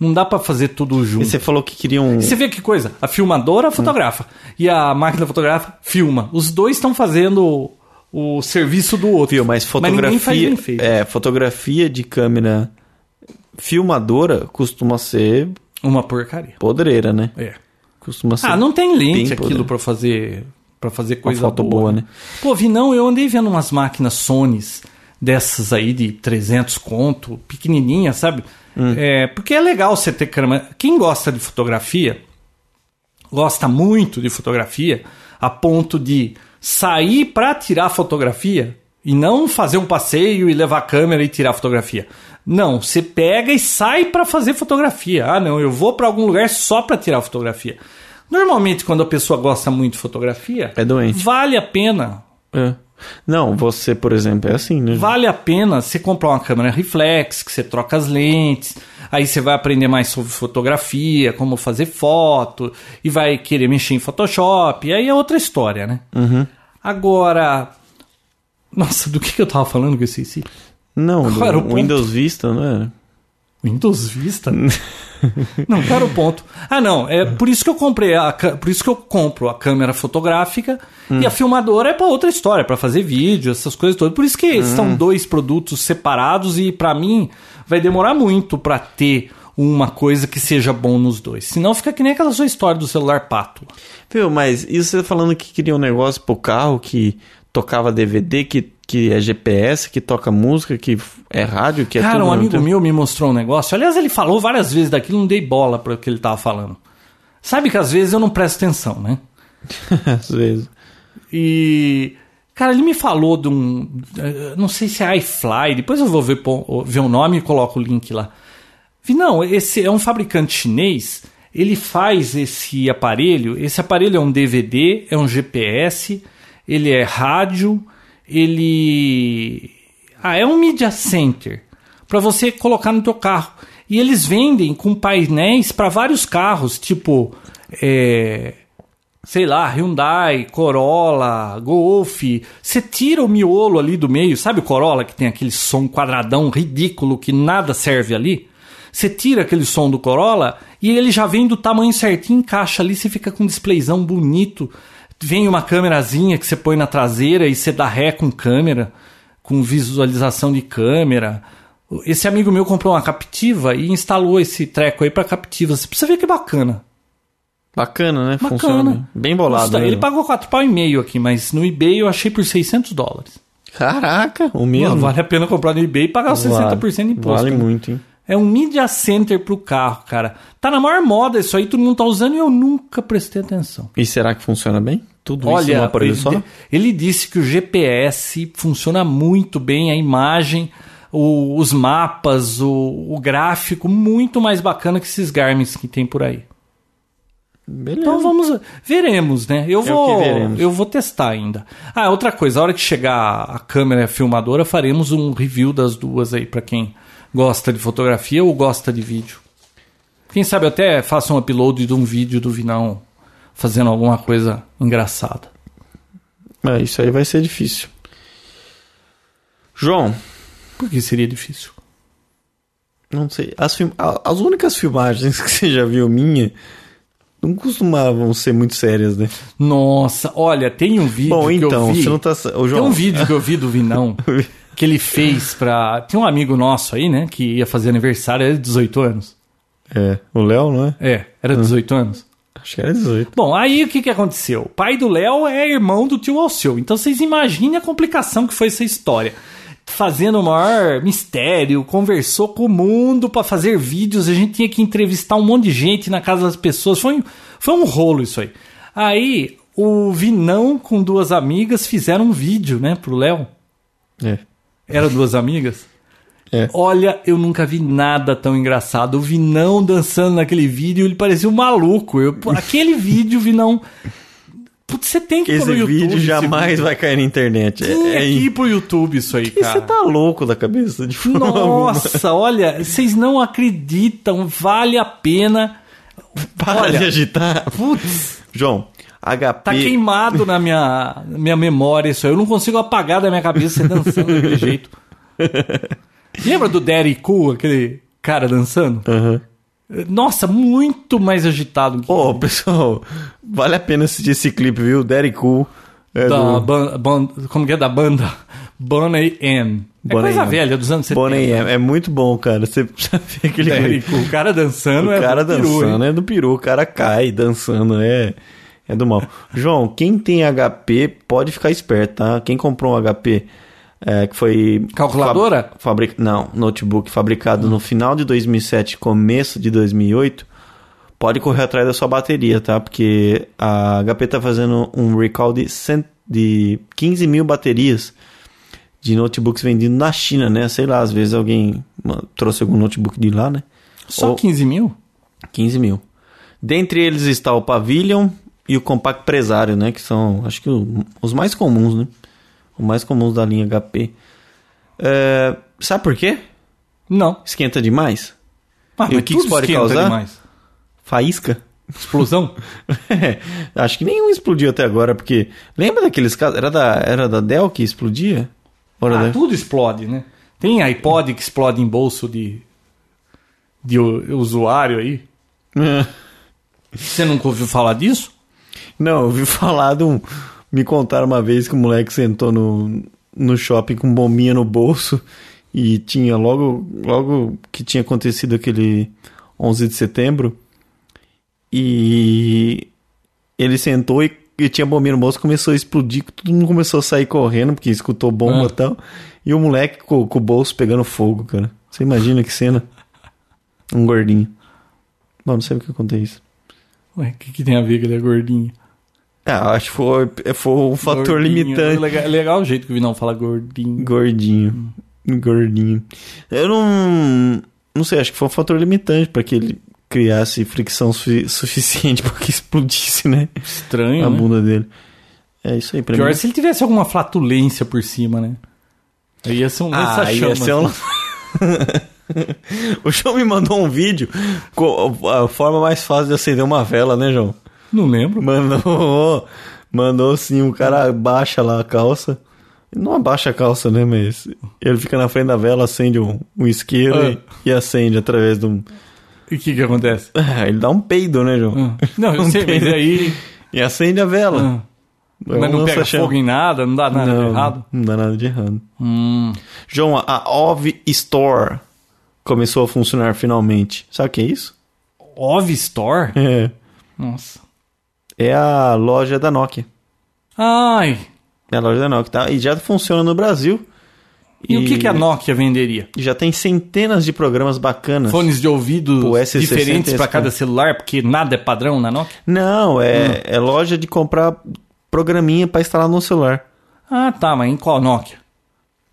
B: Não dá pra fazer tudo
C: E
B: junto.
C: você falou que queria um...
B: E Você vê que coisa? A
C: Hum.
B: filmadora fotografa e a máquina fotografa filma. Os dois estão fazendo o, o serviço do outro.
C: Viu, mas fotografia,
B: ninguém faz bem feito.
C: é, fotografia de câmera filmadora costuma ser
B: Uma porcaria.
C: podreira, né?
B: É.
C: Costuma ser.
B: Ah, não tem lente
C: Bem podre.
B: aquilo pra fazer para fazer coisa
C: foto boa, né?
B: Pô, Vinão, eu andei vendo umas máquinas Sony dessas aí de 300 conto, pequenininha, sabe?
C: Hum.
B: É, porque é legal você ter câmera. Quem gosta de fotografia, gosta muito de fotografia, a ponto de sair para tirar fotografia e não fazer um passeio e levar a câmera e tirar fotografia. Não, você pega e sai para fazer fotografia. Ah, não, eu vou para algum lugar só para tirar fotografia. Normalmente, quando a pessoa gosta muito de fotografia,
C: É doente.
B: vale a pena
C: É. Não, você, por exemplo, é assim, né?
B: Vale a pena você comprar uma câmera reflex, que você troca as lentes, aí você vai aprender mais sobre fotografia, como fazer foto, e vai querer mexer em Photoshop, aí é outra história, né? Agora. Nossa, do que, que eu tava falando que eu esqueci?
C: Não, do
B: Qual era o ponto?
C: Windows Vista, não era?
B: Windows Vista? não, cara, o ponto. Ah, não, é por isso que eu comprei a, ca- por isso que eu compro a câmera fotográfica e
C: Hum.
B: a filmadora é para outra história, para fazer vídeo, essas coisas todas. Por isso que
C: Hum.
B: são dois produtos separados e para mim vai demorar muito para ter uma coisa que seja bom nos dois. Senão fica que nem aquela sua história do celular pato.
C: Viu, mas isso você falando que queria um negócio pro carro que tocava DVD, que, que é GPS, que toca música, que f- é rádio, que é
B: Cara, um
C: tudo. ao mesmo
B: amigo
C: tempo?
B: meu me mostrou um negócio. Aliás, ele falou várias vezes daquilo, não dei bola para o que ele tava falando. Sabe que às vezes eu não presto atenção, né?
C: Às vezes.
B: E. Cara, ele me falou de um. eh, Não sei se é iFly, depois eu vou ver, po- ver o nome e coloco o link lá. Vi, não, esse é um fabricante chinês. Ele faz esse aparelho. Esse aparelho é um DVD, é um GPS, ele é rádio, ele. Ah, é um media center para você colocar no teu carro. E eles vendem com painéis para vários carros, tipo. eh, sei lá, Hyundai, Corolla, Golf. Você tira o miolo ali do meio, sabe o Corolla que tem aquele som quadradão ridículo que nada serve ali? Você tira aquele som do Corolla e ele já vem do tamanho certinho, encaixa ali, você fica com um displayzão bonito. Vem uma câmerazinha que você põe na traseira e você dá ré com câmera, com visualização de câmera. Esse amigo meu comprou uma captiva e instalou esse treco aí pra captiva. Você precisa ver que bacana.
C: Bacana, né?
B: Bacana.
C: Funciona. Bem bolado.
B: Custa-
C: né?
B: Ele pagou 4 pau e meio aqui, mas no eBay eu achei por 600 dólares.
C: Caraca, o mesmo.
B: Mano, vale a pena comprar no eBay e pagar os 60% de imposto.
C: Vale
B: cara.
C: muito, hein?
B: É um media center pro carro, cara. Tá na maior moda isso aí, todo mundo tá usando e eu nunca prestei atenção.
C: E será que funciona bem? Tudo isso
B: Olha,
C: num aparelho
B: ele,
C: só?
B: ele disse que o GPS funciona muito bem, a imagem, o- os mapas, o, o gráfico, muito mais bacana que esses Garmin que tem por aí.
C: Beleza.
B: Então vamos, veremos, né? Eu
C: É que
B: vou,
C: veremos.
B: eu vou testar ainda. Ah, outra coisa, a hora que chegar a câmera e a filmadora, faremos um review das duas aí pra quem gosta de fotografia ou gosta de vídeo. Quem sabe eu até faça um upload de um vídeo do Vinão fazendo alguma coisa engraçada.
C: É, isso aí vai ser difícil. João,
B: Porque seria difícil.
C: não sei. As, film- a- as únicas filmagens que você já viu minha não costumavam ser muito sérias, né?
B: Nossa, olha, tem um vídeo
C: Bom,
B: que eu
C: então,
B: vi.
C: você não tá. sa- Ô, João.
B: Tem um vídeo que eu vi do Vinão que ele fez pra. Tem um amigo nosso aí, né, que ia fazer aniversário, ele é de 18 anos.
C: É, o Léo, não é?
B: É, era 18 anos.
C: Acho que era 18.
B: Bom, aí o que, que aconteceu? O pai do Léo é irmão do tio Alceu. Então vocês imaginem a complicação que foi essa história. Fazendo o maior mistério, conversou com o mundo pra fazer vídeos. A gente tinha que entrevistar um monte de gente na casa das pessoas. Foi, um- foi um rolo isso aí. Aí o Vinão com duas amigas fizeram um vídeo, né, pro Léo.
C: É.
B: Era duas amigas?
C: É.
B: Olha, eu nunca vi nada tão engraçado. O Vinão dançando naquele vídeo, ele parecia um maluco. Eu, pô, aquele vídeo, Vinão. Putz, você tem que ir
C: Esse
B: pro YouTube.
C: vídeo
B: esse
C: jamais vai cair na internet. É,
B: Tem
C: é
B: que ir pro YouTube isso aí,
C: E
B: cara.
C: você tá louco da cabeça de forma alguma.
B: Nossa, olha, vocês não acreditam, vale a pena.
C: Para
B: olha.
C: de agitar.
B: Putz,
C: João, HP.
B: tá queimado na minha, minha memória isso aí. Eu não consigo apagar da minha cabeça você dançando daquele jeito. Lembra do Derry Cool, aquele cara dançando?
C: Aham.
B: Nossa, muito mais agitado que
C: Ô, pessoal, vale a pena assistir esse clipe, viu? Derek Cool. É
B: da
C: do
B: ban, ban- como que é da banda Bonnie M. É
C: Bonnie
B: coisa
C: M.
B: velha dos anos 70.
C: Bonnie M. É muito bom, cara. Você precisa ver aquele
B: Derry
C: clipe.
B: Cool. O cara
C: O
B: dançando é
C: cara
B: do peru,
C: dançando
B: hein?
C: é do peru. O cara cai dançando. É, é do mal. João, quem tem HP pode ficar esperto, tá? Quem comprou um HP é, que foi...
B: Calculadora?
C: fa- fabric- não, notebook fabricado no final de 2007, começo de 2008, pode correr atrás da sua bateria, tá? Porque a HP tá fazendo um recall de, cento- de 15 mil baterias de notebooks vendidos na China, né? Sei lá, às vezes alguém ma- trouxe algum notebook de lá, né?
B: Só
C: Ou-
B: 15 mil?
C: 15 mil. Dentre eles está o Pavilion e o Compact Presário, né? Que são, acho que, o- os mais comuns, né? Os mais comuns da linha HP. É, sabe por quê?
B: Não.
C: Esquenta demais?
B: Ah,
C: E
B: mas
C: o que que isso
B: tudo
C: pode
B: esquenta
C: causar?
B: demais.
C: Faísca?
B: Explosão?
C: acho que nenhum explodiu até agora, porque... Lembra daqueles casos? Era da, era da Dell que explodia? Ou era
B: ah,
C: da-
B: tudo explode, né? Tem iPod que explode em bolso de, de u- usuário aí. Você nunca ouviu falar disso?
C: Não, eu ouvi falar de um. Me contaram uma vez que o moleque sentou no, no shopping com bombinha no bolso e tinha logo, logo que tinha acontecido aquele 11 de setembro e ele sentou e, e tinha bombinha no bolso começou a explodir, todo mundo começou a sair correndo porque escutou bomba
B: Ah.
C: e tal e o moleque co- com o bolso pegando fogo, cara. Você imagina que cena? Um gordinho. Bom, não sei o que eu contei isso.
B: Ué, o que, que tem a ver que ele é gordinho?
C: Ah, acho que foi, foi um fator
B: Gordinho.
C: limitante.
B: Legal, legal o jeito que Hum. o Vinão fala gordinho.
C: Gordinho. Gordinho. Eu não. Não sei, acho que foi um fator limitante pra que ele criasse fricção sufi- suficiente pra que explodisse, né?
B: Estranho,
C: a
B: né?
C: bunda dele. É isso aí, pra
B: Pior
C: mim.
B: se ele tivesse alguma flatulência por cima, né? Aí ia ser um
C: Ah, aí ia
B: lança-chamas.
C: ser um- o João me mandou um vídeo com a forma mais fácil de acender uma vela, né, João?
B: assim. Não lembro.
C: Mandou. Mandou sim, o cara abaixa lá a calça. Não abaixa a calça, né? Mas ele fica na frente da vela, acende um, um isqueiro
B: É.
C: e- e, acende através de um.
B: E o que que acontece?
C: Ah, ele dá um peido, né, João?
B: Ah, Não, eu
C: Não
B: sei, mas
C: tem-
B: aí...
C: E acende a vela.
B: ah,
C: É um
B: mas não pega
C: lança-chama.
B: fogo em nada, não dá nada de
C: não,
B: errado.
C: Não dá nada de errado.
B: Hum,
C: João, a OV Store começou a funcionar finalmente. Sabe o que é isso?
B: Ov Store?
C: É.
B: Nossa.
C: É a loja da Nokia.
B: Ai,
C: É a loja da Nokia, tá? E já funciona no Brasil.
B: e, o que, que a Nokia venderia?
C: já tem centenas de programas bacanas.
B: Fones de ouvido
C: O S60
B: diferentes para
C: esse,
B: cada
C: né?
B: celular, porque nada é padrão na Nokia?
C: Não, é, é loja de comprar programinha pra instalar no celular.
B: Ah, tá, mas em qual Nokia?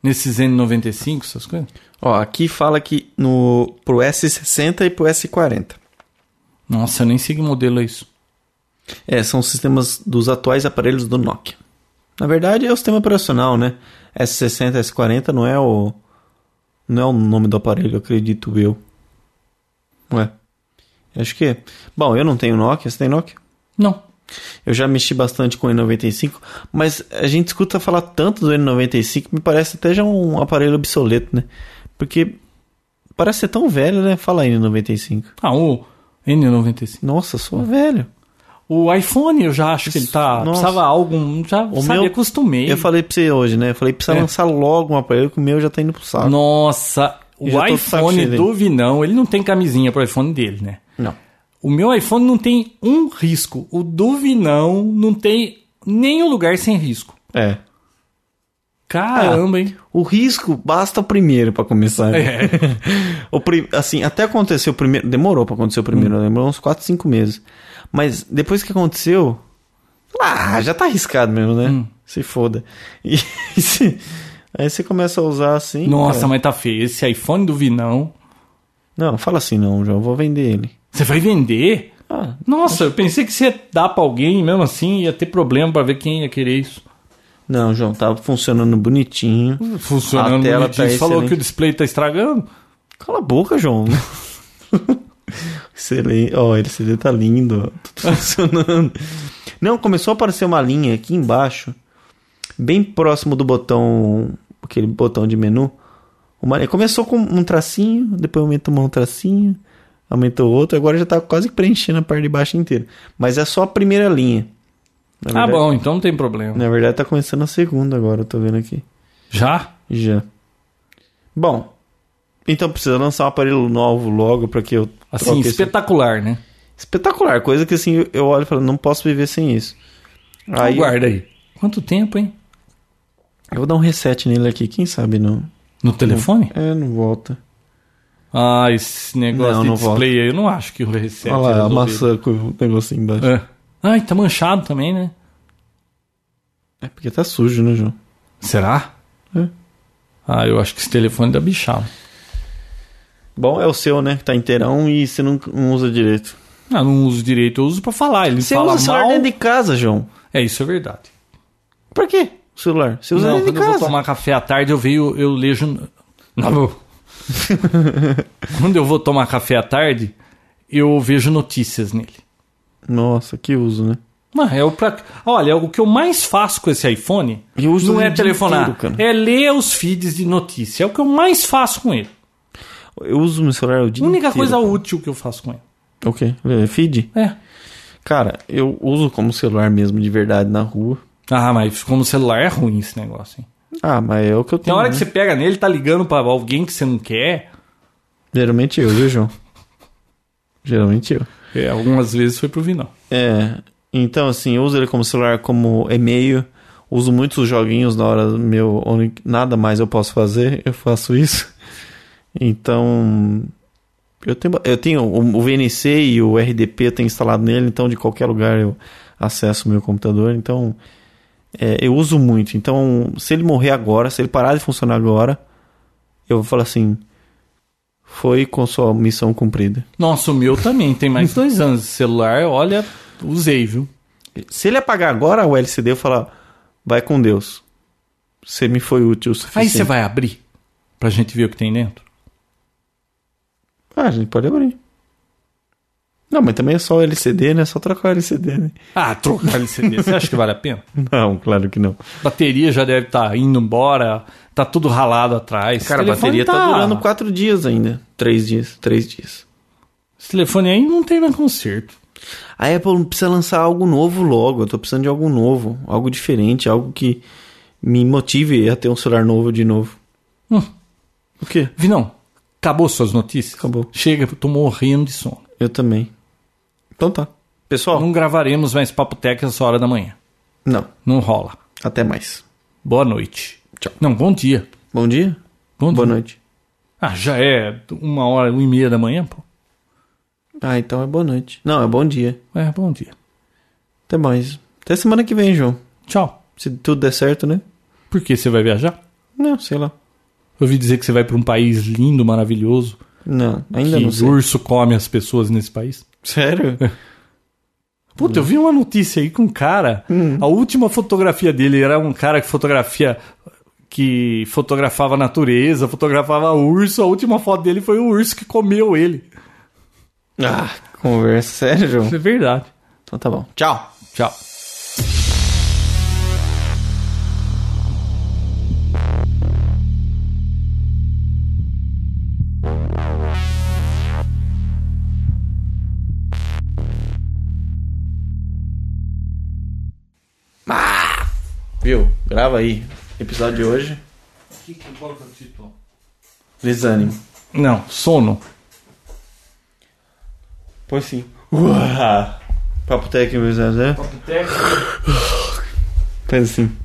B: Nesses N95, essas coisas?
C: Ó, aqui fala que no pro S60 e pro S40.
B: Nossa, eu nem sei que modelo é isso.
C: É, são os sistemas dos atuais aparelhos do Nokia. Na verdade, é o sistema operacional, né? S60, S40 não é o não é o nome do aparelho, acredito eu. Não é. Acho que é. Bom, eu não tenho Nokia, você tem Nokia?
B: Não.
C: Eu já mexi bastante com o N95, mas a gente escuta falar tanto do N95, me parece até já um aparelho obsoleto, né? Porque parece ser tão velho, né? Fala aí, N95.
B: Ah, o N95.
C: Nossa, sou velho.
B: O iPhone eu já acho que ele tá.
C: Nossa.
B: Precisava algum. Já
C: O
B: sabe,
C: meu-
B: acostumei.
C: Eu falei pra você hoje, né? Eu falei, precisa
B: É.
C: lançar logo um aparelho que o meu já tá indo pro saco.
B: Nossa,
C: Eu já
B: o
C: tô de saco
B: iPhone
C: cheio dele.
B: do Vinão, ele não tem camisinha pro iPhone dele, né?
C: Não.
B: O meu iPhone não tem um risco. O do Vinão não tem nenhum lugar sem risco.
C: É.
B: Caramba, hein?
C: O risco basta o primeiro pra começar. né?
B: É.
C: O pri- Assim, até acontecer o primeiro. Demorou pra acontecer o
B: Hum.
C: primeiro, demorou uns 4, 5 meses. Mas depois que aconteceu. Ah, já tá arriscado mesmo, né?
B: Hum.
C: Se foda. E se- aí você começa a usar assim.
B: Nossa,
C: cara.
B: mas tá feio. Esse iPhone do Vinão.
C: Não, fala assim não, João. eu Vou vender ele.
B: Você vai vender?
C: Ah,
B: Nossa, eu pensei que você ia dar pra alguém, mesmo assim ia ter problema pra ver quem ia querer isso.
C: não, João, tá funcionando bonitinho.
B: Funcionando
C: A tela
B: bonitinho.
C: tá
B: Você falou
C: excelente.
B: que o display tá estragando?
C: Cala a boca, João. Excelente. Ó, ele CD tá lindo. ó. Tudo funcionando. Não, começou a aparecer uma linha aqui embaixo, bem próximo do botão, aquele botão de menu. Uma linha- Começou com um tracinho, depois aumentou um tracinho, aumentou outro, agora já tá quase preenchendo a parte de baixo inteira. Mas é só a primeira linha. Na
B: Ah,
C: É verdade-
B: bom, então não tem problema.
C: Na verdade tá começando a segunda agora, eu tô vendo aqui.
B: Já?
C: Já. Bom, então precisa lançar um aparelho novo logo pra que eu
B: Assim,
C: troque esse-
B: espetacular, né?
C: espetacular, coisa que assim eu
B: Então
C: olho e falo, não posso viver sem isso. Aí
B: Aguarda aí. Quanto tempo, hein?
C: Eu vou dar um reset nele aqui, quem sabe não.
B: No telefone?
C: É, não volta.
B: Ah, esse negócio
C: Não,
B: de
C: não volta.
B: display aí, eu não acho que o reset
C: Olha lá, a
B: resolveu.
C: maçã com o negocinho embaixo.
B: É. Ai, tá manchado também, né?
C: É. porque tá sujo, né, João?
B: Será?
C: É.
B: Ah, eu acho que esse telefone dá bichado.
C: Bom, é o seu, né? Que tá inteirão e você não, não usa direito.
B: Ah, não uso direito, eu uso pra falar. Ele
C: Você
B: fala
C: usa o celular
B: mal.
C: dentro de casa, João.
B: É, isso é verdade.
C: Pra quê? O celular. Você usa
B: não,
C: dentro
B: quando
C: de
B: eu vou
C: casa.
B: tomar café à tarde, eu vejo, eu leio. Não, meu. quando eu vou tomar café à tarde, eu vejo notícias nele.
C: Nossa, que uso, né?
B: Não, é o pra... Olha, o que eu mais faço com esse iPhone
C: Eu uso
B: não
C: ele
B: é
C: o dia
B: telefonar,
C: inteiro, cara.
B: é ler os feeds de notícia. É o que eu mais faço com ele.
C: Eu uso meu celular o dia
B: A única
C: inteiro.
B: coisa útil que eu faço com ele.
C: Ok. É, Feed?
B: É.
C: Cara, eu uso como celular mesmo, de verdade, na rua.
B: Ah, mas como celular é ruim esse negócio, hein?
C: Ah, mas é o que eu
B: Tem
C: tenho.
B: hora
C: né?
B: que você pega nele, tá ligando pra alguém que você não quer.
C: Geralmente eu, viu, João? Geralmente eu.
B: É, algumas vezes foi pro Vinão.
C: É. Então, assim, eu uso ele como celular, como e-mail. Uso muitos joguinhos na hora do meu. onde nada mais eu posso fazer, eu faço isso. Então. Eu tenho, eu tenho o o VNC e o RDP eu tenho instalado nele, então de qualquer lugar eu acesso o meu computador. Então. é, eu uso muito. Então, se ele morrer agora, se ele parar de funcionar agora, eu vou falar assim. Foi com sua missão cumprida.
B: Nossa, o meu também tem mais dois anos. Esse celular, olha, usei, viu?
C: Se ele apagar agora o LCD, eu falar, vai com Deus. Você me foi útil o
B: Aí
C: suficiente.
B: você vai abrir pra gente ver o que tem dentro.
C: Ah, a gente pode abrir. Não, mas também é só o LCD, né? É só trocar o LCD, né?
B: Ah, trocar LCD, você acha que vale a pena?
C: Não, claro que não.
B: Bateria já deve estar indo embora, tá tudo ralado atrás.
C: Cara, a
B: Esse telefone
C: bateria tá... durando quatro dias ainda. Três dias, três dias.
B: Esse telefone aí não tem mais conserto.
C: A Apple precisa lançar algo novo logo. Eu tô precisando de algo novo, algo diferente, algo que me motive a ter um celular novo de novo.
B: Hum.
C: O quê?
B: Vinão, acabou suas notícias?
C: Acabou.
B: Chega, eu tô morrendo de sono.
C: Eu também. Então tá. Pessoal,
B: Não gravaremos mais Papo Tech essa hora da manhã.
C: não.
B: Não rola.
C: Até mais.
B: Boa noite.
C: Tchau.
B: Não, bom dia.
C: Bom dia.
B: Bom
C: Boa
B: dia.
C: noite.
B: Ah, já é uma hora, uma e meia da manhã, pô.
C: Ah, então é boa noite. Não, é bom dia.
B: É, bom dia.
C: Até mais. Até semana que vem, João.
B: Tchau.
C: Se tudo der certo, né?
B: Por que você vai viajar?
C: Não, sei lá.
B: Eu ouvi dizer que você vai pra um país lindo, maravilhoso.
C: Não, ainda
B: que
C: não sei.
B: urso come as pessoas nesse país.
C: Sério?
B: Puta, eu vi uma notícia aí com um cara. A última fotografia dele era um cara que fotografia que fotografava a natureza, fotografava urso. A última foto dele foi o urso que comeu ele.
C: ah, que conversa. Sério, João?
B: Isso é verdade.
C: Então tá bom. Tchau.
B: Tchau.
C: Viu? Grava aí. Episódio de hoje. Desânimo.
B: Não, sono.
C: Pois sim. assim. Uá. Papo técnico, né? Faz assim.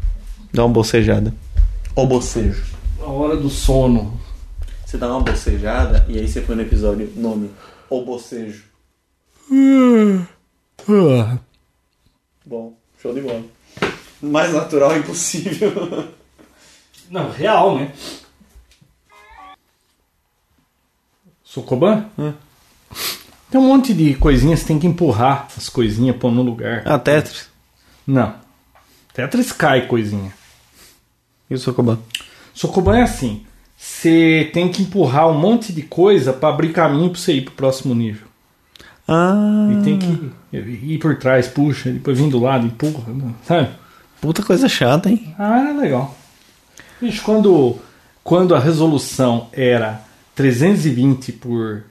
C: Dá uma bocejada. Ou bocejo.
B: A hora do sono.
C: Você dá uma bocejada e aí você põe no episódio nome. Ou bocejo. Bom, show de bola. Mais natural impossível.
B: Não, real, né? Socoban? Tem um monte de coisinhas, você tem que empurrar as coisinhas pôr no lugar.
C: Ah, Tetris.
B: Não. Tetris cai coisinha.
C: E o Sokoban?
B: Socoban é assim. Você tem que empurrar um monte de coisa pra abrir caminho pra você ir pro próximo nível.
C: Ah,
B: E tem que ir por trás, puxa, depois vem do lado, empurra, sabe?
C: puta coisa chata, hein?
B: Ah, legal. Bicho, quando, quando a resolução era 320 por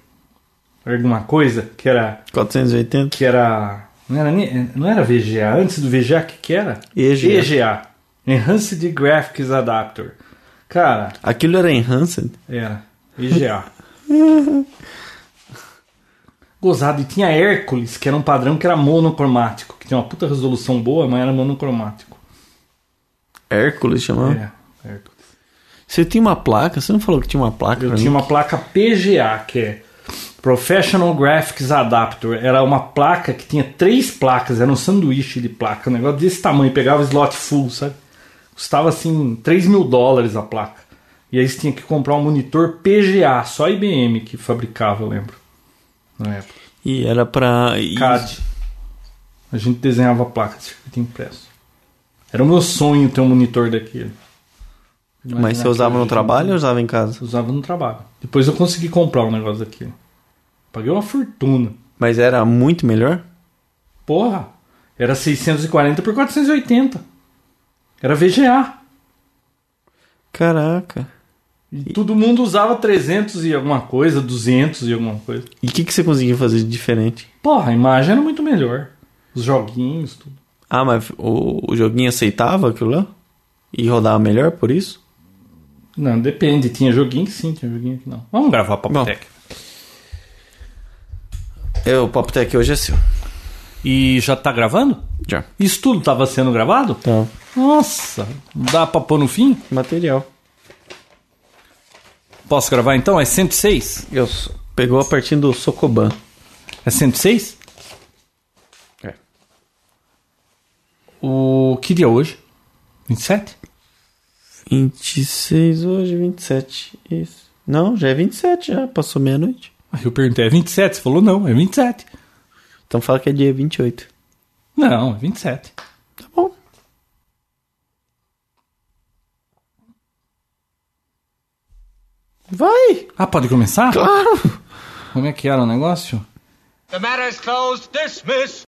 B: alguma coisa, que era.
C: 480.
B: Que era não, era nem- não era VGA, antes do VGA, o que, que era?
C: EGA.
B: EGA. Enhanced Graphics Adapter. Cara,
C: Aquilo era Enhanced?
B: era. EGA. Gozado. E tinha Hércules, que era um padrão que era monocromático, que tinha uma puta resolução boa, mas era monocromático.
C: Hércules chamava?
B: É. Hércules.
C: Você tem uma placa? Você não falou que tinha uma placa?
B: Eu
C: pra
B: tinha
C: mim?
B: uma placa PGA, que é Professional Graphics Adapter. Era uma placa que tinha três placas, era um sanduíche de placa, um negócio desse tamanho, pegava slot full, sabe? Custava assim 3 mil dólares a placa. E aí você tinha que comprar um monitor PGA, só a IBM que fabricava, eu lembro. Na época.
C: E era pra. e-
B: CAD. A gente desenhava a placa de circuito impresso. Era o meu sonho ter um monitor daquele.
C: Mas você usava no
B: naquele-
C: trabalho ou usava em casa?
B: Usava no trabalho. Depois eu consegui comprar um negócio daquele. Paguei uma fortuna.
C: Mas era muito melhor?
B: Porra! Era 640 por 480. Era VGA.
C: Caraca.
B: E todo mundo usava 300 e alguma coisa, 200 e alguma coisa.
C: E o que, que você conseguia fazer de diferente?
B: Porra, a imagem era muito melhor. Os joguinhos, tudo.
C: Ah, mas o, o joguinho aceitava aquilo lá? E rodava melhor por isso?
B: Não, depende. Tinha joguinho que sim, tinha joguinho que não. Vamos gravar Papotec.
C: É, o Poptec hoje é seu.
B: E já tá gravando?
C: Já.
B: Isso tudo tava sendo gravado?
C: Tá.
B: Nossa, dá pra pôr no fim?
C: Material.
B: Posso gravar então? É 106?
C: Eu sou- Pegou a partir do Socoban.
B: É 106?
C: É.
B: O que dia é hoje? 27?
C: 26 hoje, 27. Isso. Não, já é 27, já passou meia-noite.
B: Aí eu perguntei, é 27? Você falou não, é 27.
C: Então fala que é dia 28.
B: Não, é 27.
C: Tá bom. Vai!
B: Ah, pode começar?
C: Claro!
B: Como é que era o negócio?
D: The matter is closed. Dismiss.